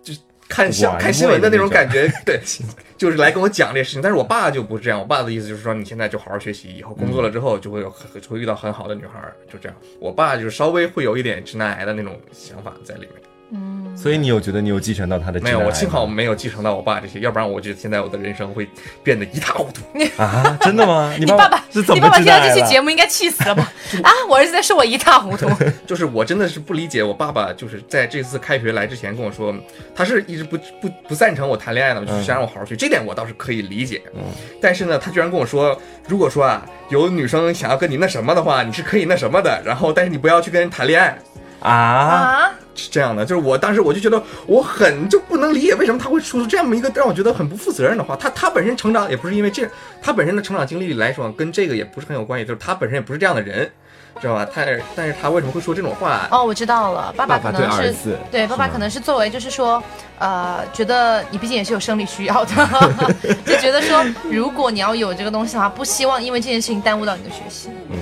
Speaker 3: 就是看新
Speaker 2: 玩味
Speaker 3: 看新闻的那种
Speaker 2: 的那
Speaker 3: 感 觉，对，就是来跟我讲这事情。但是我爸就不这样，我爸的意思就是说，你现在就好好学习，以后工作了之后就会有很就会遇到很好的女孩儿，就这样。我爸就是稍微会有一点直男癌的那种想法在里面。
Speaker 2: 嗯所以你有觉得你有继承到他的
Speaker 3: 没
Speaker 2: 直
Speaker 3: 有，
Speaker 2: 男癌
Speaker 3: 我
Speaker 2: 吗
Speaker 3: 幸好没有继承到我爸这些，要不然我觉得现在我的人生会变得一塌糊涂。
Speaker 2: 啊，真 的吗？你
Speaker 1: 你
Speaker 2: 爸
Speaker 1: 爸爸，
Speaker 2: 是怎么
Speaker 1: 你爸爸
Speaker 2: 知
Speaker 1: 听
Speaker 2: 道
Speaker 1: 到这期
Speaker 2: 的
Speaker 1: 节目应该气死了 吧？啊，我儿子在说我一塌糊涂。
Speaker 3: 就是我真的是不理解，我爸爸就是在这次开学来之前跟我说，他是一直不不不赞成我谈恋爱的，就是
Speaker 2: 嗯
Speaker 3: 想让我好好学，这点我倒是可以理解。 但是呢，他居然跟我说，如果说啊有女生想要跟你那什么的话，你是可以那什么的，然后但是你不要去跟人谈恋爱。
Speaker 2: 啊？
Speaker 1: 啊，
Speaker 3: 是这样的，就是我当时我就觉得我很就不能理解为什么他会说出这么一个让我觉得很不负责任的话。他他本身成长也不是因为这，他本身的成长经历来说跟这个也不是很有关系，就是他本身也不是这样的人，知道吧？他但是他为什么会说这种话？
Speaker 1: 哦，我知道了，爸
Speaker 2: 爸
Speaker 1: 可
Speaker 2: 对
Speaker 1: 能
Speaker 2: 儿
Speaker 1: 是
Speaker 2: 子
Speaker 1: 对爸爸
Speaker 2: 是吗
Speaker 1: 可能是作为就是说，呃，觉得你毕竟也是有生理需要 的，就觉得说，如果你要有这个东西的话，不希望因为这件事情耽误到你的学习。嗯，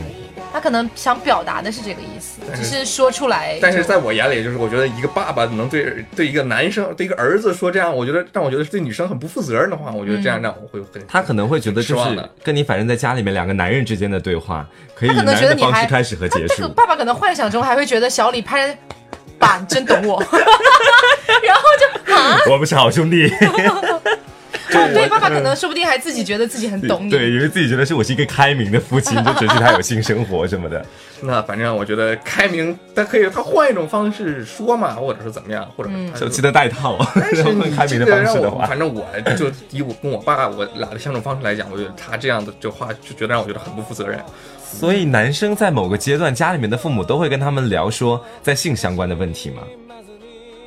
Speaker 1: 他可能想表达的是这个意思，只是说出来就。
Speaker 3: 但是在我眼里，就是我觉得一个爸爸能对对一个男生对一个儿子说这样，我觉得让我觉得是对女生很不负责任的话，我觉得这样让我会很
Speaker 2: 他可能会觉得
Speaker 3: 失
Speaker 2: 就
Speaker 3: 望
Speaker 2: 是
Speaker 3: 的
Speaker 2: 跟你反正在家里面两个男人之间的对话，可以
Speaker 1: 他
Speaker 2: 以
Speaker 1: 可能
Speaker 2: 男
Speaker 1: 觉得
Speaker 2: 人的
Speaker 1: 你
Speaker 2: 方
Speaker 1: 还
Speaker 2: 式开始和
Speaker 1: 他
Speaker 2: 结
Speaker 1: 这个
Speaker 2: 束。
Speaker 1: 爸爸可能幻想中还会觉得小李拍着爸， 你真懂我，然后就
Speaker 2: 我们是好兄弟。就
Speaker 1: 对，
Speaker 2: 我
Speaker 1: 爸爸可能说不定还自己觉得自己很懂你。
Speaker 2: 对，因为自己觉得是我是一个开明的父 亲，就准许他有性生活什么的。
Speaker 3: 那反正我觉得开明，他可以他换一种方式说嘛，或者是怎么样，或者是他
Speaker 2: 手机的带套，
Speaker 3: 但是
Speaker 2: 然后
Speaker 3: 你
Speaker 2: 开
Speaker 3: 这
Speaker 2: 明的
Speaker 3: 个
Speaker 2: 方
Speaker 3: 让
Speaker 2: 式的
Speaker 3: 我，
Speaker 2: 话，
Speaker 3: 反正我就以我跟我爸我俩的相处方式来讲，我觉得他这样的这话就觉得让我觉得很不负责任。
Speaker 2: 所以男生在某个阶段，家里面的父母都会跟他们聊说在性相关的问题吗？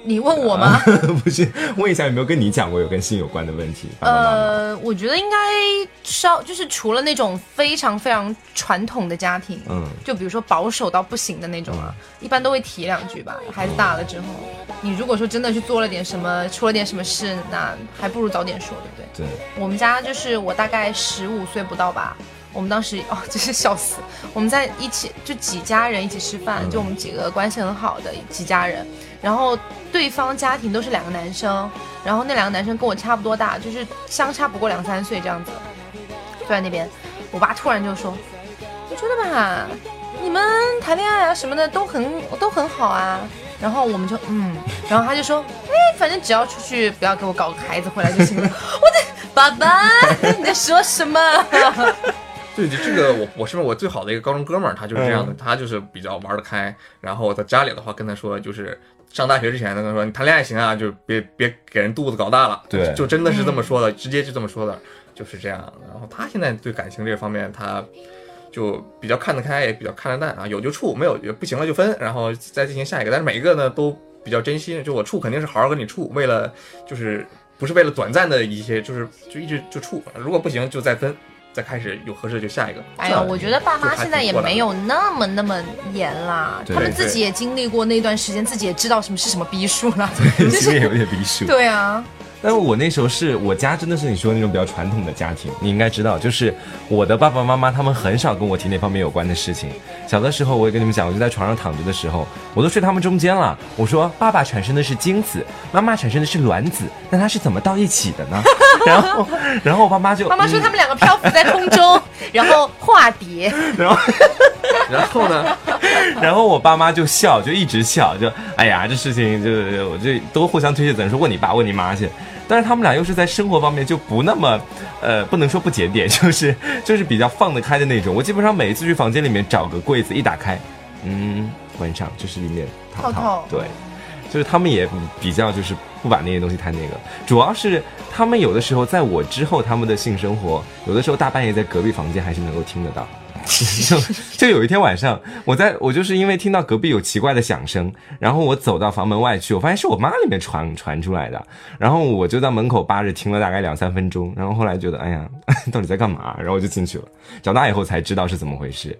Speaker 1: 你问我吗？
Speaker 2: 不是，问一下有没有跟你讲过有跟性有关的问题？爸爸妈妈，
Speaker 1: 呃，我觉得应该稍就是除了那种非常非常传统的家庭，
Speaker 2: 嗯
Speaker 1: 就比如说保守到不行的那种啊，一般都会提两句吧。孩子大了之后，你如果说真的去做了点什么，出了点什么事，那还不如早点说，对不对？
Speaker 2: 对，
Speaker 1: 我们家就是我大概十五岁不到吧，我们当时哦， 真是笑死，我们在一起就几家人一起吃饭，就我们几个关系很好的几家人，然后对方家庭都是两个男生，然后那两个男生跟我差不多大，就是相差不过两三岁这样子，就在那边，我爸突然就说，你觉得吧，你们谈恋爱啊什么的都很都很好啊。然后我们就嗯，然后他就说，哎，反正只要出去不要给我搞个孩子回来就行了。我的爸爸， 你在说什么？
Speaker 3: 对，这个我我身边我最好的一个高中哥们儿，他就是这样的，他就是比较玩得开。然后在家里的话，跟他说就是上大学之前，他跟他说你谈恋爱行啊，就别别给人肚子搞大了。
Speaker 2: 对
Speaker 3: 就真的是这么说的，直接就这么说的，就是这样。然后他现在对感情这方面，他就比较看得开，也比较看得淡啊，有就处，没有也不行了就分，然后再进行下一个。但是每一个呢都比较珍惜，就我处肯定是好好跟你处，为了就是不是为了短暂的一些，就是就一直就处，如果不行就再分。再开始有合适就下一个。
Speaker 1: 哎
Speaker 3: 这
Speaker 1: 呀，
Speaker 3: 样
Speaker 1: 我觉得爸
Speaker 3: 就
Speaker 1: 妈
Speaker 3: 还
Speaker 1: 现在
Speaker 3: 挺
Speaker 1: 也
Speaker 3: 豁达
Speaker 1: 没
Speaker 3: 的
Speaker 1: 有那么那么严啦，
Speaker 2: 对
Speaker 1: 他们自己也经历过那段时间，自己也知道什么是什么逼数了， 就
Speaker 2: 其实
Speaker 1: 是
Speaker 2: 有点逼数。
Speaker 1: 对啊，
Speaker 2: 但我那时候是我家真的是你说的那种比较传统的家庭，你应该知道，就是我的爸爸妈妈他们很少跟我提那方面有关的事情。小的时候我也跟你们讲，我就在床上躺着的时候，我都睡他们中间了。我说爸爸产生的是精子，妈妈产生的是卵子，那它是怎么到一起的呢？ 然后，然后我爸妈就
Speaker 1: 妈妈说他们两个漂浮在空中，然后化蝶，
Speaker 2: 嗯然后
Speaker 3: 然后呢，
Speaker 2: 然后我爸妈就笑，就一直笑，就哎呀，这事情就是我这都互相推卸责任，说问你爸问你妈去。但是他们俩又是在生活方面就不那么，呃，不能说不检点， 就是就是比较放得开的那种。我基本上每一次去房间里面找个柜子一打开，嗯，关上，这是里面淘
Speaker 1: 套套
Speaker 2: 对，就是他们也比较就是不把那些东西太那个，主要是他们有的时候在我之后他们的性生活，有的时候大半夜在隔壁房间还是能够听得到。就 就有一天晚上，我在我就是因为听到隔壁有奇怪的响声，然后我走到房门外去，我发现是我妈里面传传出来的，然后我就在门口扒着听了大概两三分钟，然后后来觉得哎呀， 到底在干嘛？然后我就进去了。长大以后才知道是怎么回事，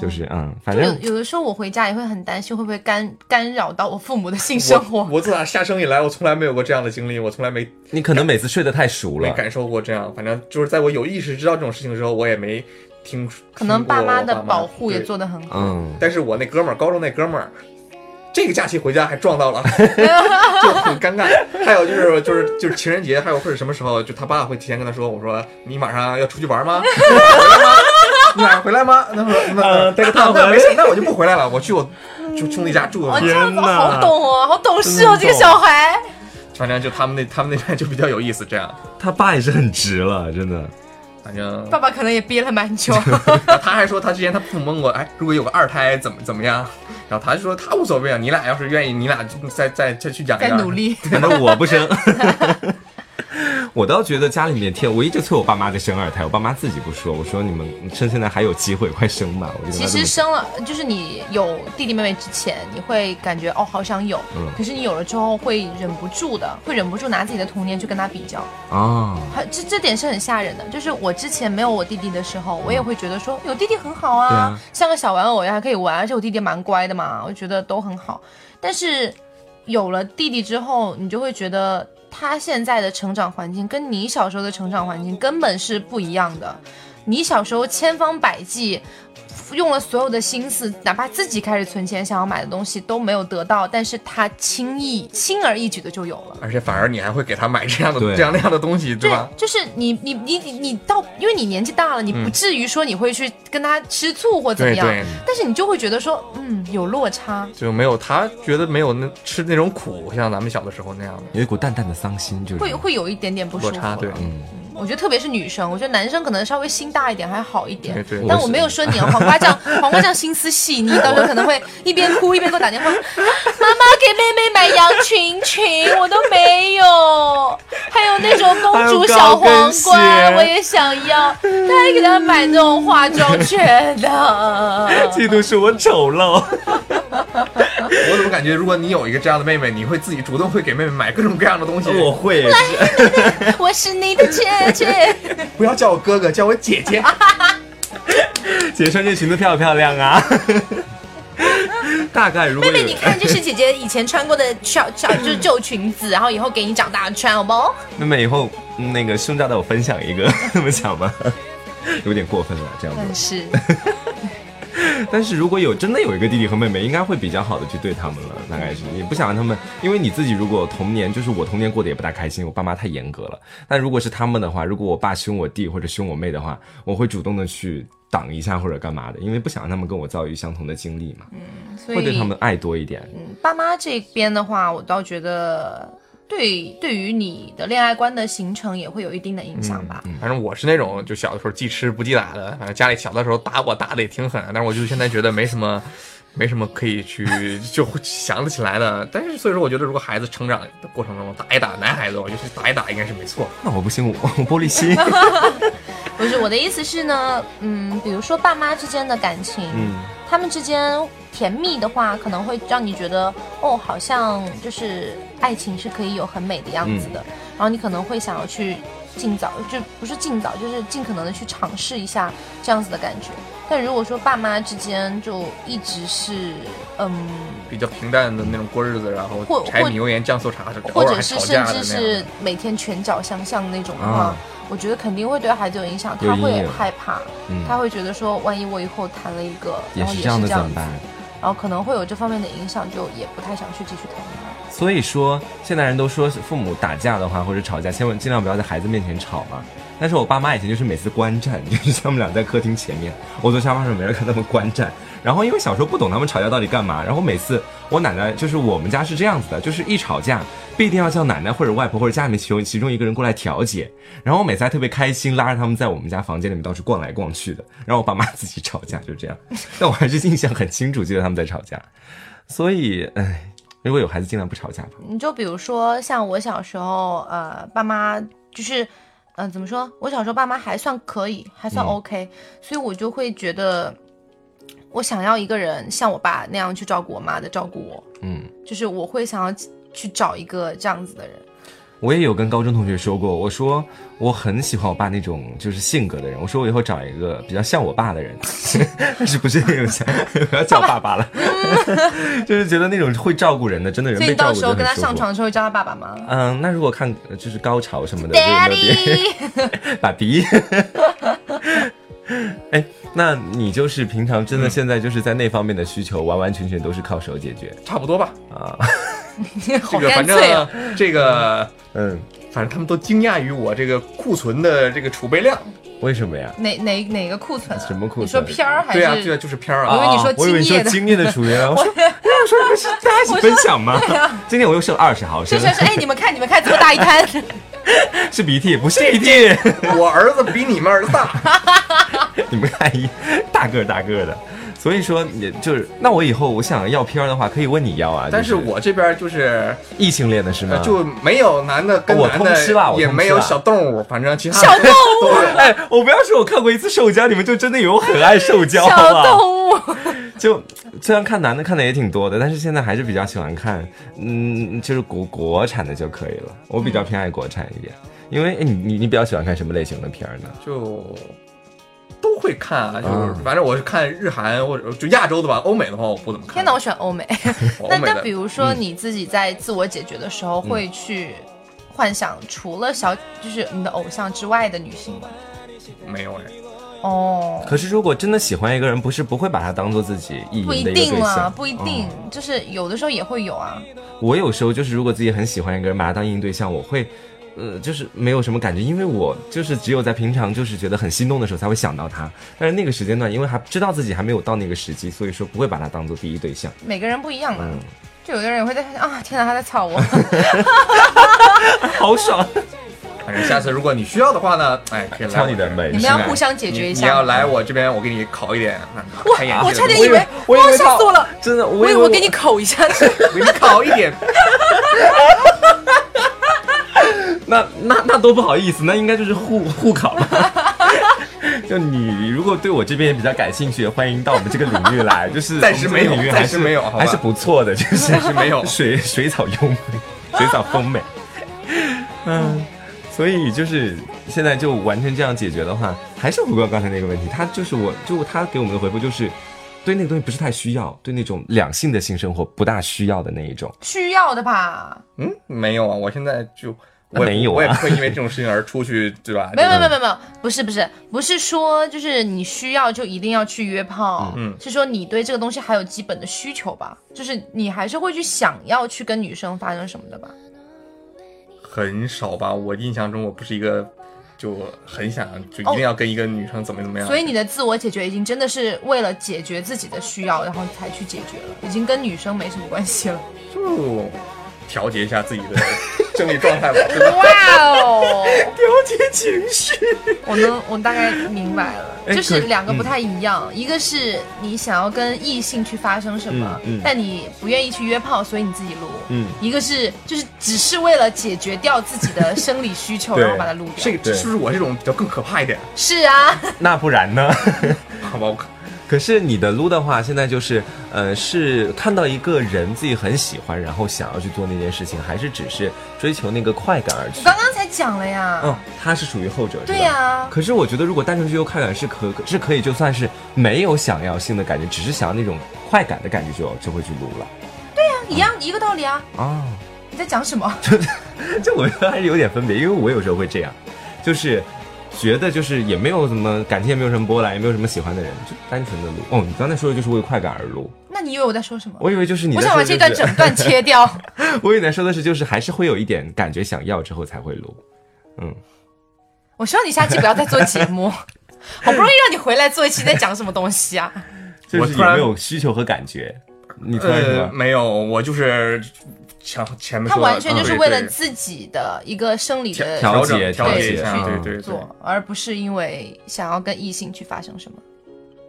Speaker 2: 就是嗯，反
Speaker 1: 有
Speaker 2: 正
Speaker 1: 有的时候我回家也会很担心，会不会干干扰到我父母的性 生
Speaker 3: 我
Speaker 1: 活？
Speaker 3: 我自打下生以来，我从来没有过这样的经历，我从来没
Speaker 2: 你可能每次睡得太熟
Speaker 3: 没
Speaker 2: 了，
Speaker 3: 感受过这样。反正就是在我有意识知道这种事情的时候，我也没听。
Speaker 1: 可能
Speaker 3: 听过
Speaker 1: 爸
Speaker 3: 我妈
Speaker 1: 妈的保护也
Speaker 3: 对
Speaker 1: 做得很好，
Speaker 2: 嗯。
Speaker 3: 但是我那哥们儿，高中那哥们儿，这个假期回家还撞到 了，就很尴尬。还有就是就是就是情人节，还有或者什么时候，就他爸会提前跟他说，我说你马上要出去 玩吗？你晚上回来吗？你晚上回来吗？那说那
Speaker 2: 呃带个套回来
Speaker 3: 那没事，那我就不回来了，我去我就兄弟家住。
Speaker 1: 哦，这样子
Speaker 2: 天哪
Speaker 1: 好懂哦，好懂事哦，这
Speaker 2: 真
Speaker 1: 个
Speaker 2: 懂
Speaker 1: 小孩。
Speaker 3: 反正就他们那他们那边就比较有意思，这样。
Speaker 2: 他爸也是很直了，真的。
Speaker 3: 反正
Speaker 1: 爸爸可能也憋了蛮久，
Speaker 3: 然后他还说他之前他父母问过，哎，如果有个二胎怎么怎么样？然后他就说他无所谓啊，你俩要是愿意，你俩就再再再去养一
Speaker 1: 在
Speaker 3: 养。
Speaker 1: 努。 力。
Speaker 2: 反正我不生。我倒觉得家里面天，我一直催我爸妈再生二胎，我爸妈自己不说，我说你们趁现在还有机会，快生吧。我就跟
Speaker 1: 其
Speaker 2: 他这
Speaker 1: 实
Speaker 2: 么
Speaker 1: 生了，就是你有弟弟妹妹之前，你会感觉哦好想有，
Speaker 2: 嗯
Speaker 1: 可是你有了之后会忍不住的，会忍不住拿自己的童年去跟他比较，
Speaker 2: 啊、哦，
Speaker 1: 很这这点是很吓人的。就是我之前没有我弟弟的时候，我也会觉得说有弟弟很好
Speaker 2: 对
Speaker 1: 啊，
Speaker 2: 啊
Speaker 1: 像个小玩偶一样还可以玩，而且我弟弟蛮乖的嘛，我觉得都很好。但是有了弟弟之后，你就会觉得他现在的成长环境跟你小时候的成长环境根本是不一样的。你小时候千方百计。用了所有的心思，哪怕自己开始存钱想要买的东西都没有得到，但是他轻易轻而易举的就有了。
Speaker 3: 而且反而你还会给他买这样的
Speaker 2: 对
Speaker 3: 这样那样的东西，对吧？
Speaker 1: 就是你你你你你到，因为你年纪大了，你不至于说你会去跟他吃醋或怎么
Speaker 3: 嗯对
Speaker 1: 样，
Speaker 3: 对，
Speaker 1: 但是你就会觉得说，嗯，有落差。
Speaker 3: 就没有他觉得没有那吃那种苦，像咱们小的时候那样的
Speaker 2: 有一股淡淡的丧心，就是
Speaker 1: 会会有一点点不舒
Speaker 3: 落
Speaker 1: 服
Speaker 3: 差，
Speaker 1: 了。
Speaker 3: 对，
Speaker 1: 我觉得特别是女生，我觉得男生可能稍微心大一点还好一点。
Speaker 3: 对对
Speaker 1: 但
Speaker 2: 我
Speaker 1: 我
Speaker 2: 是
Speaker 1: 没有说 你啊，黄瓜酱，黄瓜酱心思细腻，到时候可能会一边哭一边给我打电话，妈妈给妹妹买羊群裙，我都没有，还有那种公主小皇
Speaker 3: 还有高跟
Speaker 1: 冠
Speaker 3: 鞋
Speaker 1: 我也想要，他还给她买那种化妆圈的，
Speaker 2: 嫉妒是我丑陋。
Speaker 3: 我怎么感觉，如果你有一个这样的妹妹，你会自己主动会给妹妹买各种各样的东西？
Speaker 2: 我会，
Speaker 1: 我是你的姐姐。
Speaker 3: 不要叫我哥哥，叫我 姐姐。
Speaker 2: 姐穿这裙子漂不漂亮啊？大概如果
Speaker 1: 妹
Speaker 2: 有
Speaker 1: 妹，你看，这是姐姐以前穿过的小小就是旧裙子，然后以后给你长大穿，好不好？
Speaker 2: 妹妹以后嗯那个胸罩带我分享一个， 这么讲吧，有点过分了这样
Speaker 3: 嗯
Speaker 1: 但
Speaker 2: 子。
Speaker 1: 是。
Speaker 2: 但是如果有真的有一个弟弟和妹妹，应该会比较好的去对他们了，大概是也不想让他们，因为你自己如果童年就是我童年过得也不大开心，我爸妈太严格了。但如果是他们的话，如果我爸凶我弟或者凶我妹的话，我会主动的去挡一下或者干嘛的，因为不想让他们跟我遭遇相同的经历嘛，
Speaker 1: 所
Speaker 2: 会对
Speaker 1: 以
Speaker 2: 他们爱多一点。
Speaker 1: 爸妈这边的话，我倒觉得对对于你的恋爱观的形成也会有一定的影响吧。
Speaker 3: 反正我是那种就小的时候记吃不记打的，反正家里小的时候打我打的也挺狠，但是我就现在觉得没什么，没什么可以去就想得起来的。但是所以说，我觉得如果孩子成长的过程中打一打男孩子，我觉得打一打应该是没错。
Speaker 2: 那我不行，我我玻璃心。
Speaker 1: 不是我的意思是呢，嗯，比如说爸妈之间的感情，
Speaker 2: 嗯
Speaker 1: 他们之间嗯甜蜜的话，可能会让你觉得哦，好像就是爱情是可以有很美的样子的，然后你可能会想要去尽早，就不是尽早，就是尽可能的去尝试一下这样子的感觉。但如果说爸妈之间就一直是嗯。
Speaker 3: 比较平淡的那种过日子，然后
Speaker 1: 或
Speaker 3: 柴米油盐酱醋茶，偶
Speaker 1: 或
Speaker 3: 尔
Speaker 1: 者
Speaker 3: 还
Speaker 1: 是
Speaker 3: 吵
Speaker 1: 甚
Speaker 3: 架的
Speaker 1: 至
Speaker 3: 那样
Speaker 1: 是
Speaker 3: 的。
Speaker 1: 每天拳脚相向那种的话，
Speaker 2: 啊
Speaker 1: 我觉得肯定会对孩子有影响，
Speaker 2: 有
Speaker 1: 他
Speaker 2: 阴
Speaker 1: 会
Speaker 2: 影
Speaker 1: 害怕，
Speaker 2: 嗯
Speaker 1: 他会觉得说，万一我以后谈了一个，
Speaker 2: 也
Speaker 1: 然后
Speaker 2: 是
Speaker 1: 也
Speaker 2: 这样的
Speaker 1: 是这
Speaker 2: 怎
Speaker 1: 样
Speaker 2: 么
Speaker 1: 子，
Speaker 2: 办？
Speaker 1: 然后可能会有这方面的影响，就也不太想去继续谈恋爱。
Speaker 2: 所以说，现在人都说父母打架的话或者吵架，千万尽量不要在孩子面前吵嘛。但是我爸妈以前就是每次观战，就是他们俩在客厅前面，我坐沙发上没人看他们观战。然后因为小时候不懂他们吵架到底干嘛，然后每次我奶奶就是我们家是这样子的，就是一吵架必定要叫奶奶或者外婆或者家里面其中其中一个人过来调解。然后我每次还特别开心，拉着他们在我们家房间里面到处逛来逛去的，然后我爸妈自己吵架就这样。但我还是印象很清楚，记得他们在吵架。所以，唉，如果有孩子，尽量不吵架吧。
Speaker 1: 你就比如说像我小时候，呃，爸妈就是，呃，怎么说？我小时候爸妈还算可以，还算
Speaker 2: 嗯
Speaker 1: OK，、所以我就会觉得，我想要一个人像我爸那样去照顾我妈的照顾我，
Speaker 2: 嗯，
Speaker 1: 就是我会想要去找一个这样子的人。
Speaker 2: 我也有跟高中同学说过，我说我很喜欢我爸那种就是性格的人，我说我以后找一个比较像我爸的人， 但是不是那种像 不要叫爸爸了，就是觉得那种会照顾人的，真的人
Speaker 1: 所以
Speaker 2: 被
Speaker 1: 你
Speaker 2: 照
Speaker 1: 到
Speaker 2: 顾
Speaker 1: 时
Speaker 2: 就
Speaker 1: 候
Speaker 2: 很
Speaker 1: 跟他
Speaker 2: 舒
Speaker 1: 上
Speaker 2: 服
Speaker 1: 床。的时候叫他爸爸吗
Speaker 2: 嗯，那如果看呃就是高潮什么的，就有没有别
Speaker 1: ？Daddy，
Speaker 2: 爸比？哎，那你就是平常真的现在就是在那方面的需求，完完全全都是靠手解决
Speaker 3: 差不多吧，
Speaker 2: 啊？
Speaker 1: 好
Speaker 3: 这个
Speaker 1: 干
Speaker 3: 反
Speaker 1: 脆啊！
Speaker 3: 正 这个，
Speaker 2: 嗯，
Speaker 3: 反正他们都惊讶于我这个库存的这个储备量。
Speaker 2: 为什么呀？
Speaker 1: 哪哪哪个库存啊？
Speaker 2: 什么库存
Speaker 1: 你说片儿还是？
Speaker 3: 对啊，这个就是片儿
Speaker 1: 我以
Speaker 3: 啊
Speaker 1: 为。你说
Speaker 2: 我以为你
Speaker 1: 精
Speaker 2: 说
Speaker 1: 液的
Speaker 2: 精液的厨 员，我说，我想说你们是大家一起分享吗？今天我又剩二十毫
Speaker 1: 是
Speaker 2: 升，
Speaker 1: 是是，哎，你们看，你们看，这么大一 滩，
Speaker 2: 是鼻涕，不是鼻涕。
Speaker 3: 我儿子比你们儿子大，
Speaker 2: 你们看一大个儿大个儿的，所以说你就是，那我以后我想要片儿的话，可以问你要啊。
Speaker 3: 但是
Speaker 2: 就是
Speaker 3: 我这边就是
Speaker 2: 异性恋的啊是吗？
Speaker 3: 呃就没有男的跟
Speaker 2: 嗯哦我
Speaker 3: 男
Speaker 2: 通吃了
Speaker 3: 的，
Speaker 2: 我
Speaker 3: 也
Speaker 2: 通
Speaker 3: 没
Speaker 2: 吃
Speaker 3: 有
Speaker 2: 了
Speaker 3: 小动物，反正其他
Speaker 1: 小
Speaker 3: 的
Speaker 1: 动 物，
Speaker 2: 哎，我不要说我看过一次兽交，你们就真的有很爱兽交，好不
Speaker 1: 小
Speaker 2: 好？
Speaker 1: 动物。
Speaker 2: 就虽然看男的看的也挺多的，但是现在还是比较喜欢看，嗯，就是国国产的就可以了。我比较偏爱国产一点，因为哎你你你比较喜欢看什么类型的片儿呢？
Speaker 3: 就都会看啊，就是
Speaker 2: 嗯
Speaker 3: 反正我是看日韩或者就亚洲的吧，欧美的话我不怎么看。
Speaker 1: 天哪，我选欧 美。
Speaker 3: 我
Speaker 1: 那
Speaker 3: 欧美
Speaker 1: 那
Speaker 3: 的
Speaker 1: 比如说
Speaker 2: 嗯
Speaker 1: 你自己在自我解决的时候，会去幻想除了小就是你的偶像之外的女性吗？
Speaker 3: 没有哎，
Speaker 1: 哦，
Speaker 2: 可是如果真的喜欢一个人，不是不会把他当做自己意淫
Speaker 1: 不
Speaker 2: 的
Speaker 1: 一
Speaker 2: 一个
Speaker 1: 定
Speaker 2: 对
Speaker 1: 嘛，
Speaker 2: 象。哦
Speaker 1: 不一定，就是有的时候也会有啊。
Speaker 2: 我有时候就是，如果自己很喜欢一个人，把他当应对象，我会，呃，就是没有什么感觉，因为我就是只有在平常就是觉得很心动的时候才会想到他。但是那个时间段，因为还知道自己还没有到那个时机，所以说不会把他当做第一对象。
Speaker 1: 每个人不一样
Speaker 2: 嗯
Speaker 1: 嘛。就有的人也会在啊，天哪，他在操我，
Speaker 2: 好爽，
Speaker 3: 反正下次如果你需要的 话呢，哎，可以来
Speaker 2: 敲
Speaker 3: 我
Speaker 2: 你的哎
Speaker 3: 这儿
Speaker 2: 门
Speaker 1: 你们要互相解决一
Speaker 3: 你你要
Speaker 1: 下。
Speaker 3: 来我这边，我给你烤一点。
Speaker 1: 我
Speaker 3: 开眼啊界
Speaker 1: 我
Speaker 3: 的
Speaker 1: 差点
Speaker 3: 东
Speaker 1: 以
Speaker 3: 西
Speaker 1: 为，
Speaker 2: 我以
Speaker 1: 哇，
Speaker 2: 为
Speaker 1: 吓
Speaker 2: 他
Speaker 1: 死我了！
Speaker 2: 真的，
Speaker 1: 我以
Speaker 2: 我
Speaker 1: 为我给你口 一下，
Speaker 3: 我给你烤一点。
Speaker 2: 那那那多不好意思，那应该就是互互考吧。 就你如果对我这边也比较感兴趣，欢迎到我们这个领域来。就是
Speaker 3: 暂时
Speaker 2: 我们这个
Speaker 3: 没有
Speaker 2: 领域
Speaker 3: 暂
Speaker 2: 还
Speaker 3: 时
Speaker 2: 是
Speaker 3: 没有好吧
Speaker 2: 还是不错的，就是
Speaker 3: 是没有
Speaker 2: 水水草优美，水草丰美。嗯，所以就是现在就完全这样解决的话，还是回到刚才那个问题，他就是我就他给我们的回复就是。对那个东西不是太需要，对那种两性的性生活不大需要的那一种，
Speaker 1: 需要的吧？
Speaker 3: 嗯，没有啊，我现在就我
Speaker 2: 没有啊
Speaker 3: 我也不会因为这种事情而出去，对吧？
Speaker 1: 没有没有没有没有，不是不是不是说就是你需要就一定要去约炮，
Speaker 3: 嗯
Speaker 1: 是说你对这个东西还有基本的需求吧，就是你还是会去想要去跟女生发生什么的吧。
Speaker 3: 很少吧。我印象中我不是一个就很想就一定要跟一个女生怎么怎么样。
Speaker 1: 哦所以你的自我解决已经真的是为了解决自己的需要，然后才去解决了，已经跟女生没什么关系了。
Speaker 3: 就调节一下自己的 生理状态吧，对吧？
Speaker 1: 哇 哦，
Speaker 2: 调节情绪。
Speaker 1: 我能我大概明白了，
Speaker 2: 哎
Speaker 1: 就是
Speaker 2: 可嗯
Speaker 1: 两个不太一样，一个是你想要跟异性去发生什么，
Speaker 2: 嗯嗯
Speaker 1: 但你不愿意去约炮，所以你自己撸。
Speaker 2: 嗯
Speaker 1: 一个是就是只是为了解决掉自己的生理需求，
Speaker 2: 对
Speaker 1: 然后把它撸掉
Speaker 3: 这。个
Speaker 2: 对
Speaker 3: 是不是我这种比较更可怕一点？
Speaker 1: 是啊，
Speaker 2: 那不然呢？
Speaker 3: 好吧，我可
Speaker 2: 可是你的撸的话，现在就是，呃，是看到一个人自己很喜欢，然后想要去做那件事情，还是只是追求那个快感而
Speaker 1: 我
Speaker 2: 去？
Speaker 1: 刚刚才讲了呀。
Speaker 2: 嗯，他是属于后者，是吧
Speaker 1: 对呀
Speaker 2: 可是我觉得，如果单纯追求快感是可是可以，就算是没有想要性的感觉，只是想要那种快感的感觉就，就会去撸了
Speaker 1: 一样一个道理啊。
Speaker 2: 啊。
Speaker 1: 你在讲什 么？
Speaker 2: 这我觉得还是有点分别，因为我有时候会这样，就是觉得就是也没有什么感情，也没有什么波澜，也没有什么喜欢的人，就单纯的撸。哦，你刚才说的就是为快感而撸，
Speaker 1: 那你以为我在说什么？
Speaker 2: 我以为就是你
Speaker 1: 我
Speaker 2: 在
Speaker 1: 想把
Speaker 2: 说的就
Speaker 1: 这
Speaker 2: 是
Speaker 1: 段整段切掉。
Speaker 2: 我以为你在说的是，就是还是会有一点感觉想要之后才会录。
Speaker 1: 我希望你下期不要再做节 目，好不容易让你回来做一期，你在讲什么东西啊？
Speaker 2: 就
Speaker 3: 我
Speaker 2: 是
Speaker 3: 突
Speaker 2: 有
Speaker 3: 然
Speaker 2: 没有需求和感觉？你突然什
Speaker 3: 呃
Speaker 2: 么？
Speaker 3: 没有，我就是前前面
Speaker 1: 他
Speaker 2: 啊
Speaker 3: 说的啊
Speaker 1: 完全就是为了
Speaker 3: 对对
Speaker 1: 自己的一个生理的
Speaker 2: 嗯调
Speaker 3: 整
Speaker 2: 节
Speaker 3: 调节
Speaker 1: 对
Speaker 3: 一下，啊
Speaker 2: 去
Speaker 3: 对对对。
Speaker 1: 做，而不是因为想要跟异性去发生什么。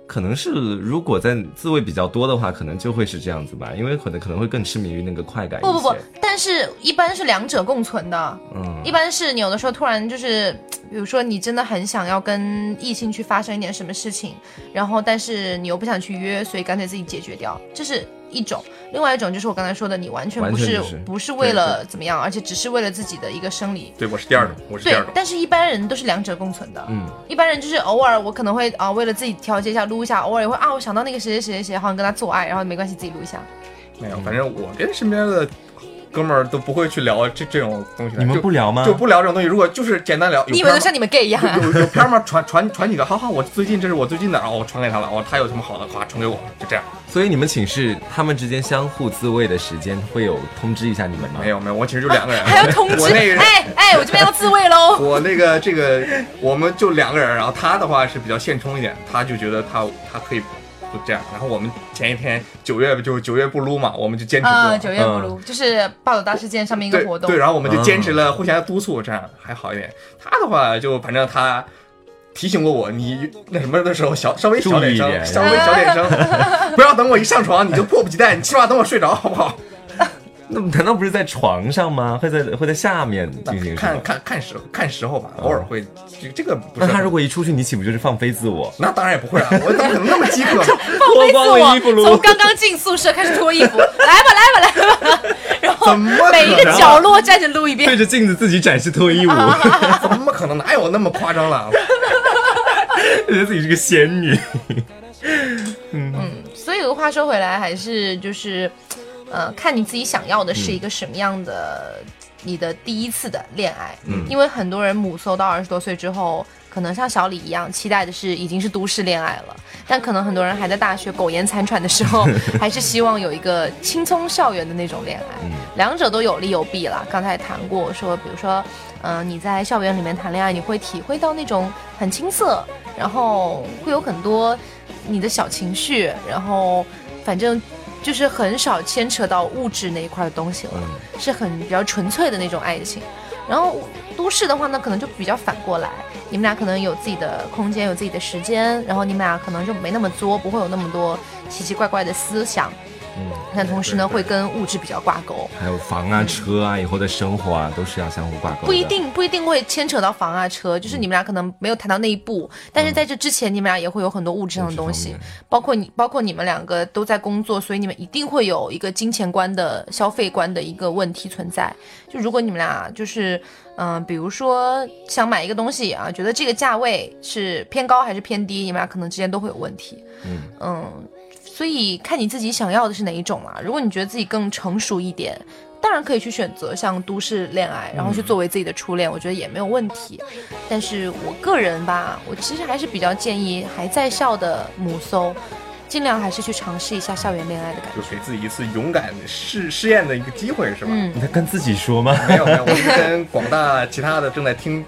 Speaker 2: 可能是如果在自慰比较多的话，可能就会是这样子吧，因为可能可能会更痴迷于那个快感一些。
Speaker 1: 不不不，但是一般是两者共存的。
Speaker 2: 嗯
Speaker 1: 一般是你有的时候突然就是，比如说你真的很想要跟异性去发生一点什么事情，然后但是你又不想去约，所以干脆自己解决掉，这是一种。另外一种就是我刚才说的，你完全不
Speaker 2: 完
Speaker 1: 是
Speaker 2: 全就是
Speaker 1: 不是为了怎么样，而且只是为了自己的一个生理
Speaker 3: 对，我是第二种，我是第
Speaker 1: 对
Speaker 3: 二，种。
Speaker 1: 但是一般人都是两者共存的。
Speaker 2: 嗯，
Speaker 1: 一般人就是偶尔我可能会啊、为了自己调节一下撸一下，偶尔也会啊，我想到那个谁谁谁谁谁，好想跟他做爱，然后没关系，自己撸一下。
Speaker 3: 没有，反正我跟身边的哥们儿都不会去聊这这种东西的。
Speaker 2: 你们
Speaker 3: 就
Speaker 2: 不聊吗
Speaker 3: 就不聊这种东西。如果就是简单聊，有
Speaker 1: 你以为
Speaker 3: 片儿
Speaker 1: 都
Speaker 3: 吗
Speaker 1: 像你们 gay 一样啊？
Speaker 3: 有有片儿吗？传传传几个，好好，我最近这是我最近的，然后我传给他了，哦，他有什么好的，夸传给我，就这样。
Speaker 2: 所以你们寝室他们之间相互自慰的时间会有通知一下你们吗？
Speaker 3: 没。有没有，我寝室就两个人，
Speaker 1: 啊还要通
Speaker 3: 我
Speaker 1: 知？
Speaker 3: 那个。
Speaker 1: 哎哎，我这边要自慰 喽！
Speaker 3: 我那个这个，我们就两个人，然后他的话是比较现充一点，他就觉得他他可以就这样，然后我们前一天九月就九月不撸嘛，我们就坚持
Speaker 1: 啊、
Speaker 3: 做，
Speaker 1: 九月不撸、就是暴走大事件上面一个活动。
Speaker 3: 嗯对，对，然后我
Speaker 2: 嗯
Speaker 3: 们就坚持了，互相督促，这样还好一点。他的话就反正他提醒过我，你那什么的时候小稍微小点
Speaker 2: 注意一
Speaker 3: 声，
Speaker 2: 点
Speaker 3: 稍微小 点声，不要等我一上床你就迫不及待，你起码等我睡着好不好？
Speaker 2: 那难道不是在床上吗？会在会在下面进行什
Speaker 3: 看
Speaker 2: 么？
Speaker 3: 看看时候看时候吧，偶尔会这这个不
Speaker 2: 嗯那
Speaker 3: 是
Speaker 2: 他。如果一出去，你岂不就是放飞自我？
Speaker 3: 那当然也不会了，啊我怎么可能那么饥 渴？
Speaker 2: 脱光了衣服
Speaker 1: 我
Speaker 2: 撸
Speaker 1: 从刚刚进宿舍开始脱衣 服，来吧来吧来吧，然后
Speaker 3: 怎么可能
Speaker 1: 每一个角落站着撸一遍
Speaker 2: 对。着镜子自己展示 脱衣舞，
Speaker 3: 怎么可能？哪有那么夸张了？
Speaker 2: 觉得自己是个仙女。
Speaker 1: 所以话说回来，还是就是，呃，看你自己想要的是一个什么样的、你的第一次的恋爱。嗯，因为很多人母搜到二十多岁之后，可能像小李一样，期待的是已经是都市恋爱了，但可能很多人还在大学苟延残喘的时候，还是希望有一个青葱校园的那种恋爱。两者都有利有弊啦。刚才也谈过说，比如说，嗯、你在校园里面谈恋爱，你会体会到那种很青涩，然后会有很多你的小情绪，然后反正就是很少牵扯到物质那一块的东西了。
Speaker 2: 嗯
Speaker 1: 是很比较纯粹的那种爱情。然后都市的话呢，可能就比较反过来，你们俩可能有自己的空间，有自己的时间，然后你们俩可能就没那么作，不会有那么多奇奇怪怪的思想，
Speaker 2: 嗯，
Speaker 1: 但同时呢，会跟物质比较挂钩。
Speaker 2: 还有房啊、车啊，以后的生活啊，都是要相互挂钩的。
Speaker 1: 不一定不一定会牵扯到房啊车，就是你们俩可能没有谈到那一步，
Speaker 2: 嗯
Speaker 1: 但是在这之前，你们俩也会有很多物质上的东
Speaker 2: 物
Speaker 1: 西
Speaker 2: 质方，
Speaker 1: 包括你包括你们两个都在工作，所以你们一定会有一个金钱观的消费观的一个问题存在。就如果你们俩就是嗯、呃比如说想买一个东西啊，觉得这个价位是偏高还是偏低，你们俩可能之间都会有问题。
Speaker 2: 嗯
Speaker 1: 所以看你自己想要的是哪一种啦、如果你觉得自己更成熟一点，当然可以去选择像都市恋爱，然后去作为自己的初恋，我觉得也没有问题。但是我个人吧，我其实还是比较建议还在校的母搜，尽量还是去尝试一下校园恋爱的感觉。
Speaker 3: 就给自己一次勇敢试试验的一个机会，是吧？
Speaker 1: 嗯
Speaker 2: 你在跟自己说吗？
Speaker 3: 没有没有，我是跟广大其他的正在听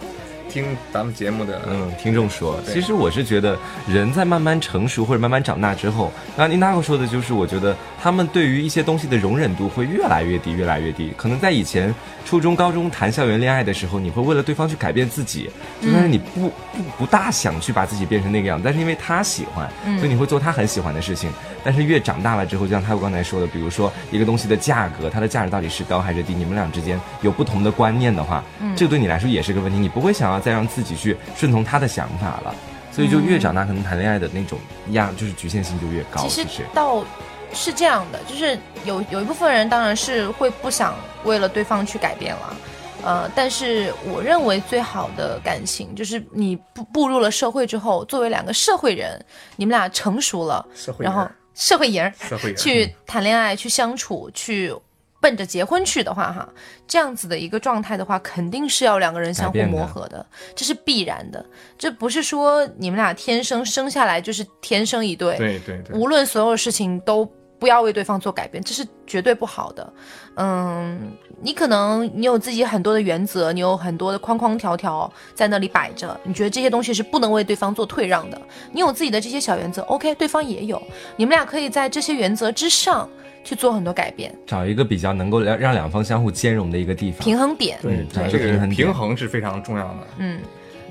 Speaker 3: 听咱们节目的，
Speaker 2: 嗯，听众说，
Speaker 3: 对
Speaker 2: 其实我是觉得人在慢慢成熟或者慢慢长大之后，那妮娜哥说的就是，我觉得他们对于一些东西的容忍度会越来越低，越来越低。可能在以前初中、高中谈校园恋爱的时候，你会为了对方去改变自己，就算是你不不不大想去把自己变成那个样，但是因为他喜欢，
Speaker 1: 嗯
Speaker 2: 所以你会做他很喜欢的事情。但是越长大了之后，就像他刚才说的，比如说一个东西的价格，它的价值到底是高还是低，你们俩之间有不同的观念的话，
Speaker 1: 嗯
Speaker 2: 这个对你来说也是个问题，你不会想要再让自己去顺从他的想法了。
Speaker 1: 嗯
Speaker 2: 所以就越长大，可能谈恋爱的那种压，就是局限性就越高。
Speaker 1: 其
Speaker 2: 其
Speaker 1: 实
Speaker 2: 实，
Speaker 1: 到是这样的，就是有有一部分人当然是会不想为了对方去改变了，呃，但是我认为最好的感情就是你步步入了社会之后，作为两个社会人，你们俩成熟了，
Speaker 3: 社会
Speaker 1: 然
Speaker 3: 人
Speaker 1: 后社会人儿
Speaker 3: 社会人
Speaker 1: 去谈恋爱、去相处、去。奔着结婚去的话，哈，这样子的一个状态的话，肯定是要两个人相互
Speaker 2: 改变的
Speaker 1: 磨合的，这是必然的。这不是说你们俩天生生下来就是天生一对，
Speaker 3: 对对对，
Speaker 1: 无论所有事情都不要为对方做改变，这是绝对不好的。嗯，你可能你有自己很多的原则，你有很多的框框条条在那里摆着，你觉得这些东西是不能为对方做退让的。你有自己的这些小原则，OK，对方也有，你们俩可以在这些原则之上去做很多改变，
Speaker 2: 找一个比较能够让让两方相互兼容的一个地方。
Speaker 1: 平衡点。
Speaker 3: 对
Speaker 2: 嗯对
Speaker 3: 这
Speaker 2: 平
Speaker 3: 个
Speaker 2: 衡点
Speaker 3: 平衡是非常重要的。
Speaker 1: 嗯，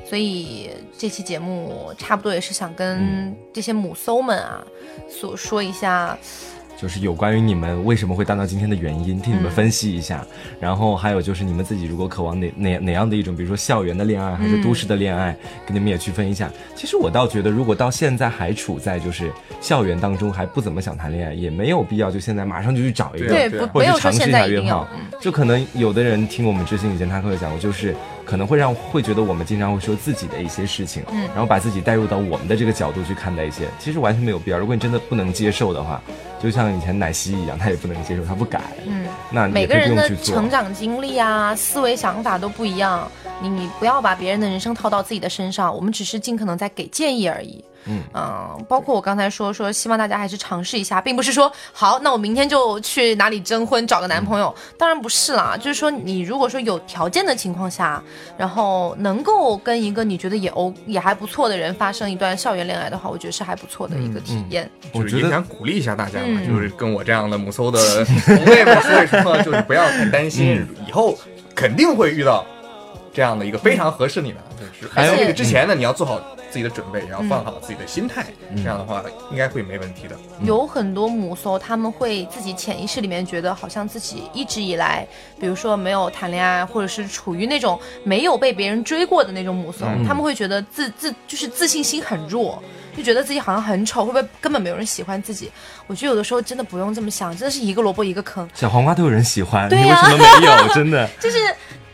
Speaker 1: 所以这期节目差不多也是想跟
Speaker 2: 嗯
Speaker 1: 这些母搜们啊，所说一下，
Speaker 2: 就是有关于你们为什么会达到今天的原因，替你们分析一下。然后还有就是你们自己如果渴望哪哪哪样的一种，比如说校园的恋爱还是都市的恋爱，给你们也区分一下。其实我倒觉得，如果到现在还处在就是校园当中，还不怎么想谈恋爱，也没有必要就现在马上就去找一个。
Speaker 1: 对，
Speaker 3: 对啊对啊
Speaker 1: 不
Speaker 2: 或
Speaker 1: 没
Speaker 2: 者
Speaker 1: 有
Speaker 2: 去
Speaker 1: 说
Speaker 2: 尝试
Speaker 1: 现
Speaker 2: 一
Speaker 1: 在
Speaker 2: 下
Speaker 1: 一
Speaker 2: 约
Speaker 1: 定要嗯
Speaker 2: 炮，，就可能有的人听我们知心以前他会讲过，就是可能会让会觉得我们经常会说自己的一些事情，
Speaker 1: 嗯
Speaker 2: 然后把自己带入到我们的这个角度去看待一些，其实完全没有必要。如果你真的不能接受的话，就像以前奶昔一样，他也不能接受，他不改，
Speaker 1: 嗯。
Speaker 2: 那你
Speaker 1: 每
Speaker 2: 也
Speaker 1: 个
Speaker 2: 可以不
Speaker 1: 人
Speaker 2: 用
Speaker 1: 的
Speaker 2: 去做
Speaker 1: 成。长经历啊、思维想法都不一样，你你不要把别人的人生套到自己的身上，我们只是尽可能在给建议而已。
Speaker 2: 嗯
Speaker 1: 呃包括我刚才说说，希望大家还是尝试一下，并不是说好，那我明天就去哪里征婚找个男朋友，
Speaker 2: 嗯
Speaker 1: 当然不是啦，就是说你如果说有条件的情况下，然后能够跟一个你觉得也欧也还不错的人发生一段校园恋爱的话，我觉得是还不错的
Speaker 2: 嗯
Speaker 1: 一个体验。
Speaker 2: 我
Speaker 3: 就是
Speaker 2: 觉
Speaker 3: 也
Speaker 2: 得
Speaker 3: 想鼓励一下大家嘛，
Speaker 1: 嗯
Speaker 3: 就是跟我这样的母搜的同类们说一说，就是不要太担心，
Speaker 2: 嗯
Speaker 3: 以后肯定会遇到这样的一个非常合适你的。就是
Speaker 2: 嗯还
Speaker 1: 有
Speaker 3: 在这个之前呢，你要做好自己的准备，也要
Speaker 1: 嗯
Speaker 3: 放好自己的心态，
Speaker 2: 嗯
Speaker 3: 这样的话应该会没问题的。
Speaker 1: 有很多母搜，他们会自己潜意识里面觉得，好像自己一直以来，比如说没有谈恋爱，或者是处于那种没有被别人追过的那种母搜，他们会觉得自自就是自信心很弱，就觉得自己好像很丑，会不会根本没有人喜欢自己？我觉得有的时候真的不用这么想，真的是一个萝卜一个坑，
Speaker 2: 小黄瓜都有人喜欢，
Speaker 1: 对
Speaker 2: 你为
Speaker 1: 呀
Speaker 2: 什么没有？真的，
Speaker 1: 就是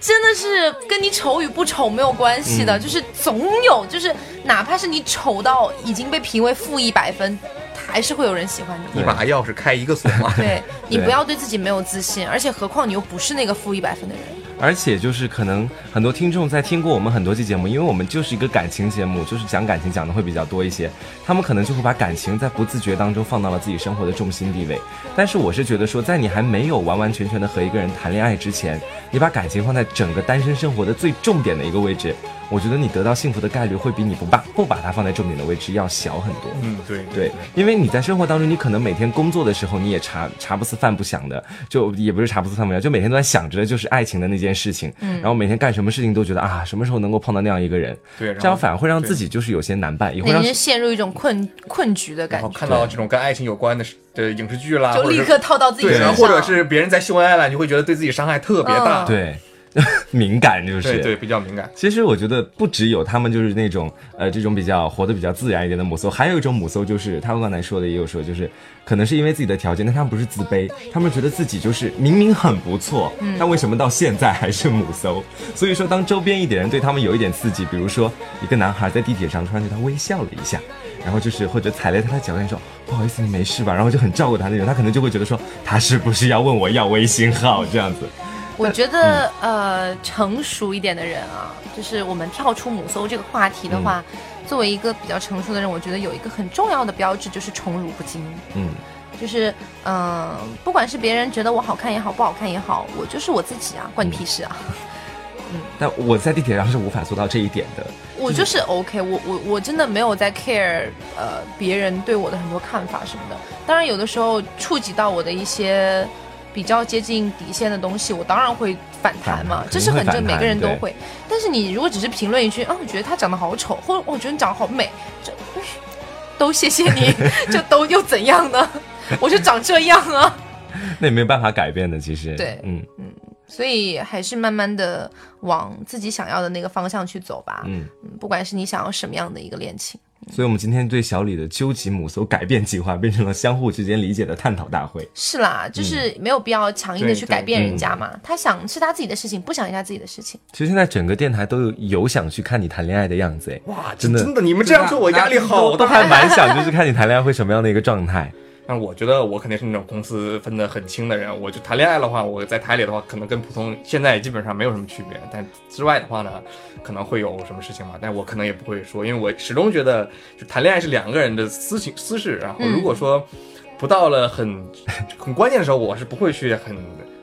Speaker 1: 真的是跟你丑与不丑没有关系的，就是总有，就是哪怕是你丑到已经被评为负一百分，还是会有人喜欢你。
Speaker 3: 一把钥 匙开一个锁嘛。
Speaker 1: 对你
Speaker 2: 对
Speaker 1: 不要对自己没有自信，而且何况你又不是那个负一百分的人。
Speaker 2: 而且就是可能很多听众在听过我们很多期节目，因为我们就是一个感情节目，就是讲感情讲的会比较多一些，他们可能就会把感情在不自觉当中放到了自己生活的重心地位。但是我是觉得说，在你还没有完完全全的和一个人谈恋爱之前，你把感情放在整个单身生活的最重点的一个位置，我觉得你得到幸福的概率会比你不把不把它放在重点的位置要小很多。
Speaker 3: 嗯，对
Speaker 2: 对，因为你在生活当中，你可能每天工作的时候，你也茶茶不思饭不想的，就也不是茶不思饭不想，就每天都在想着就是爱情的那件事情，嗯，然后每天干什么事情都觉得啊，什么时候能够碰到那样一个人，
Speaker 3: 对然后
Speaker 2: 这样反而会让自己就是有些难办，也会
Speaker 1: 那
Speaker 2: 让
Speaker 1: 你是陷入一种困困局的感
Speaker 3: 然后
Speaker 1: 觉，
Speaker 3: 看到这种跟爱情有关的的影视剧啦，
Speaker 1: 就
Speaker 3: 啊或者
Speaker 1: 立
Speaker 3: 是
Speaker 1: 刻套到自己
Speaker 3: 对
Speaker 1: 身，上，
Speaker 3: 或者是别人在秀恩爱了，你会觉得对自己伤害特别
Speaker 1: 嗯
Speaker 3: 大。
Speaker 2: 对 敏感就是
Speaker 3: 对对，比较敏感。
Speaker 2: 其实我觉得不只有他们就是那种呃这种比较活得比较自然一点的母搜，还有一种母搜就是他们刚才说的也有说，就是可能是因为自己的条件，但他们不是自卑，他们觉得自己就是明明很不错，但为什么到现在还是母搜？所以说，当周边一点人对他们有一点刺激，比如说一个男孩在地铁上突然对他微笑了一下，然后就是或者踩了一下他脚跟说不好意思你没事吧，然后就很照顾他那种，他可能就会觉得说他是不是要问我要微信号这样子。
Speaker 1: 我觉得、
Speaker 3: 嗯
Speaker 1: 呃，成熟一点的人啊，就是我们跳出母搜这个话题的话，
Speaker 3: 嗯
Speaker 1: 作为一个比较成熟的人，我觉得有一个很重要的标志就是宠辱不惊。
Speaker 2: 嗯，
Speaker 1: 就是嗯、呃不管是别人觉得我好看也好，不好看也好，我就是我自己啊，
Speaker 3: 嗯
Speaker 1: 关你屁事啊！
Speaker 2: 但我在地铁上是无法做到这一点的。
Speaker 1: 我就是 OK，我我我真的没有在 care 呃别人对我的很多看法什么的。当然，有的时候触及到我的一些比较接近底线的东西，我当然会反弹嘛
Speaker 2: 反弹，
Speaker 1: 这是很
Speaker 2: 肯
Speaker 1: 正，
Speaker 2: 定会反弹
Speaker 1: 每个人都
Speaker 2: 对
Speaker 1: 会。但是你如果只是评论一句啊，我觉得他长得好丑，或者我觉得你长得好美，这哎都谢谢 你，这都又怎样呢？我就长这样啊。
Speaker 2: 那也没有办法改变的，其实。
Speaker 1: 对
Speaker 2: 嗯
Speaker 1: 所以还是慢慢的往自己想要的那个方向去走吧。
Speaker 2: 嗯，
Speaker 1: 嗯，不管是你想要什么样的一个恋情。
Speaker 2: 所以我们今天对小李的究极母搜改变计划变成了相互之间理解的探讨大会。
Speaker 1: 是啦，就是
Speaker 2: 嗯
Speaker 1: 没有必要强硬的
Speaker 3: 对
Speaker 1: 去
Speaker 3: 对
Speaker 1: 改变人家嘛。他想是他自己的事情，不想人家自己的事情。
Speaker 2: 其实现在整个电台都有有想去看你谈恋爱的样子，哎，
Speaker 3: 哇，
Speaker 2: 真的
Speaker 3: 真的，你们这样说，
Speaker 1: 啊
Speaker 3: 我压 力好
Speaker 2: 都
Speaker 3: 大。
Speaker 2: 还蛮想就是看你谈恋爱会什么样的一个状态。
Speaker 3: 但是我觉得我肯定是那种公司分得很清的人，我就谈恋爱的话，我在台里的话，可能跟普通现在基本上没有什么区别。但之外的话呢，可能会有什么事情嘛，但我可能也不会说，因为我始终觉得，就谈恋爱是两个人的私情私事。然
Speaker 1: 嗯
Speaker 3: 后如果说不到了很很关键的时候，我是不会去很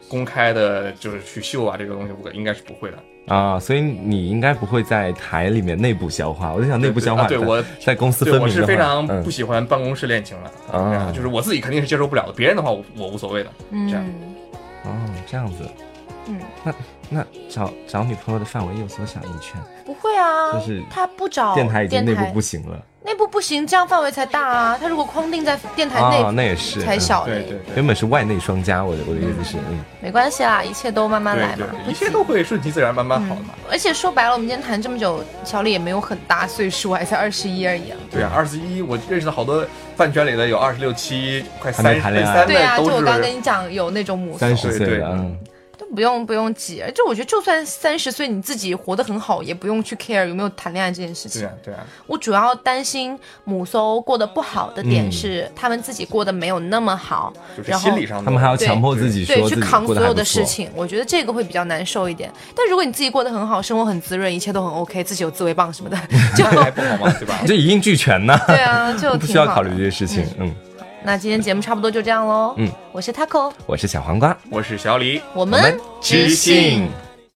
Speaker 3: 公开的，就是去秀啊这个东西，我应该是不会的。
Speaker 2: 啊，所以你应该不会在台里面内部消化，我就想内部消化在。
Speaker 3: 对对啊对我
Speaker 2: 在公司
Speaker 3: 对，
Speaker 2: 分
Speaker 3: 我
Speaker 2: 明
Speaker 3: 是
Speaker 2: 的
Speaker 3: 非常
Speaker 2: 话，
Speaker 3: 不
Speaker 2: 嗯，
Speaker 3: 喜欢办公室恋情了，
Speaker 2: 啊
Speaker 3: 啊就是我自己肯定是接受不了的，别人的话我我无所谓的，这
Speaker 2: 啊
Speaker 3: 样。
Speaker 1: 嗯，
Speaker 2: 哦，这样子，
Speaker 1: 嗯，
Speaker 2: 那那找找女朋友的范围又缩小一圈，
Speaker 1: 不会啊，
Speaker 2: 就是
Speaker 1: 他不找
Speaker 2: 电台已经内部
Speaker 1: 电
Speaker 2: 不
Speaker 1: 台
Speaker 2: 行了
Speaker 1: 内部不行，这样范围才大啊。他如果框定在电台内、
Speaker 2: 啊，那也是
Speaker 1: 才
Speaker 2: 嗯
Speaker 1: 小嘞，
Speaker 3: 对对对。
Speaker 2: 原本是外内双加，我的我的意思是，嗯，
Speaker 1: 没关系啦，一切都慢慢
Speaker 3: 对
Speaker 1: 来
Speaker 3: 对
Speaker 1: 嘛。
Speaker 3: 对，
Speaker 1: 不
Speaker 3: 一
Speaker 1: 急
Speaker 3: 切都会顺其自然，慢慢好的嘛。
Speaker 2: 嗯
Speaker 1: 而且说白了，我们今天谈这么久，小李也没有很大岁数，还才二十一而已啊。
Speaker 3: 对啊，二十一，我认识的好多饭圈里的有二十六七，快
Speaker 2: 还没
Speaker 3: 三十
Speaker 2: 谈恋爱
Speaker 3: 三
Speaker 1: 对啊，
Speaker 3: 的
Speaker 1: 就
Speaker 3: 都
Speaker 1: 我
Speaker 3: 是。
Speaker 1: 刚刚跟你讲，有那种母
Speaker 2: 三
Speaker 1: 怂，
Speaker 2: 十岁
Speaker 3: 对
Speaker 2: 的，嗯，
Speaker 1: 都不用不用急。就我觉得，就算三十岁你自己活得很好，也不用去 care 有没有谈恋爱这件事情
Speaker 3: 对。啊，对啊，
Speaker 1: 我主要担心母搜过得不好的
Speaker 2: 嗯
Speaker 1: 点是，他们自己过得没有那么好，
Speaker 3: 就是
Speaker 1: 然后
Speaker 3: 心理上的。
Speaker 2: 他们还要强迫自己
Speaker 1: 对
Speaker 2: 说
Speaker 1: 去
Speaker 2: 自己
Speaker 1: 扛
Speaker 2: 过
Speaker 1: 所
Speaker 2: 得还
Speaker 1: 有
Speaker 2: 不
Speaker 1: 的事
Speaker 2: 错。
Speaker 1: 情，我觉得这个会比较难受一点。但如果你自己过得很好，生活很滋润，一切都很 OK，自己有自慰棒什 么的，就
Speaker 3: 还不好吗？对吧
Speaker 2: 你？这一应俱全呢，
Speaker 1: 对啊，就
Speaker 2: 不
Speaker 1: 挺
Speaker 2: 需要
Speaker 1: 好
Speaker 2: 考
Speaker 1: 的
Speaker 2: 虑这些事情。嗯，
Speaker 1: 那今天节目差不多就这样喽。
Speaker 2: 嗯，
Speaker 1: 我是 Taco，
Speaker 2: 我是小黄瓜，
Speaker 3: 我是小李，
Speaker 1: 我
Speaker 2: 我们
Speaker 1: 们知
Speaker 3: 知性。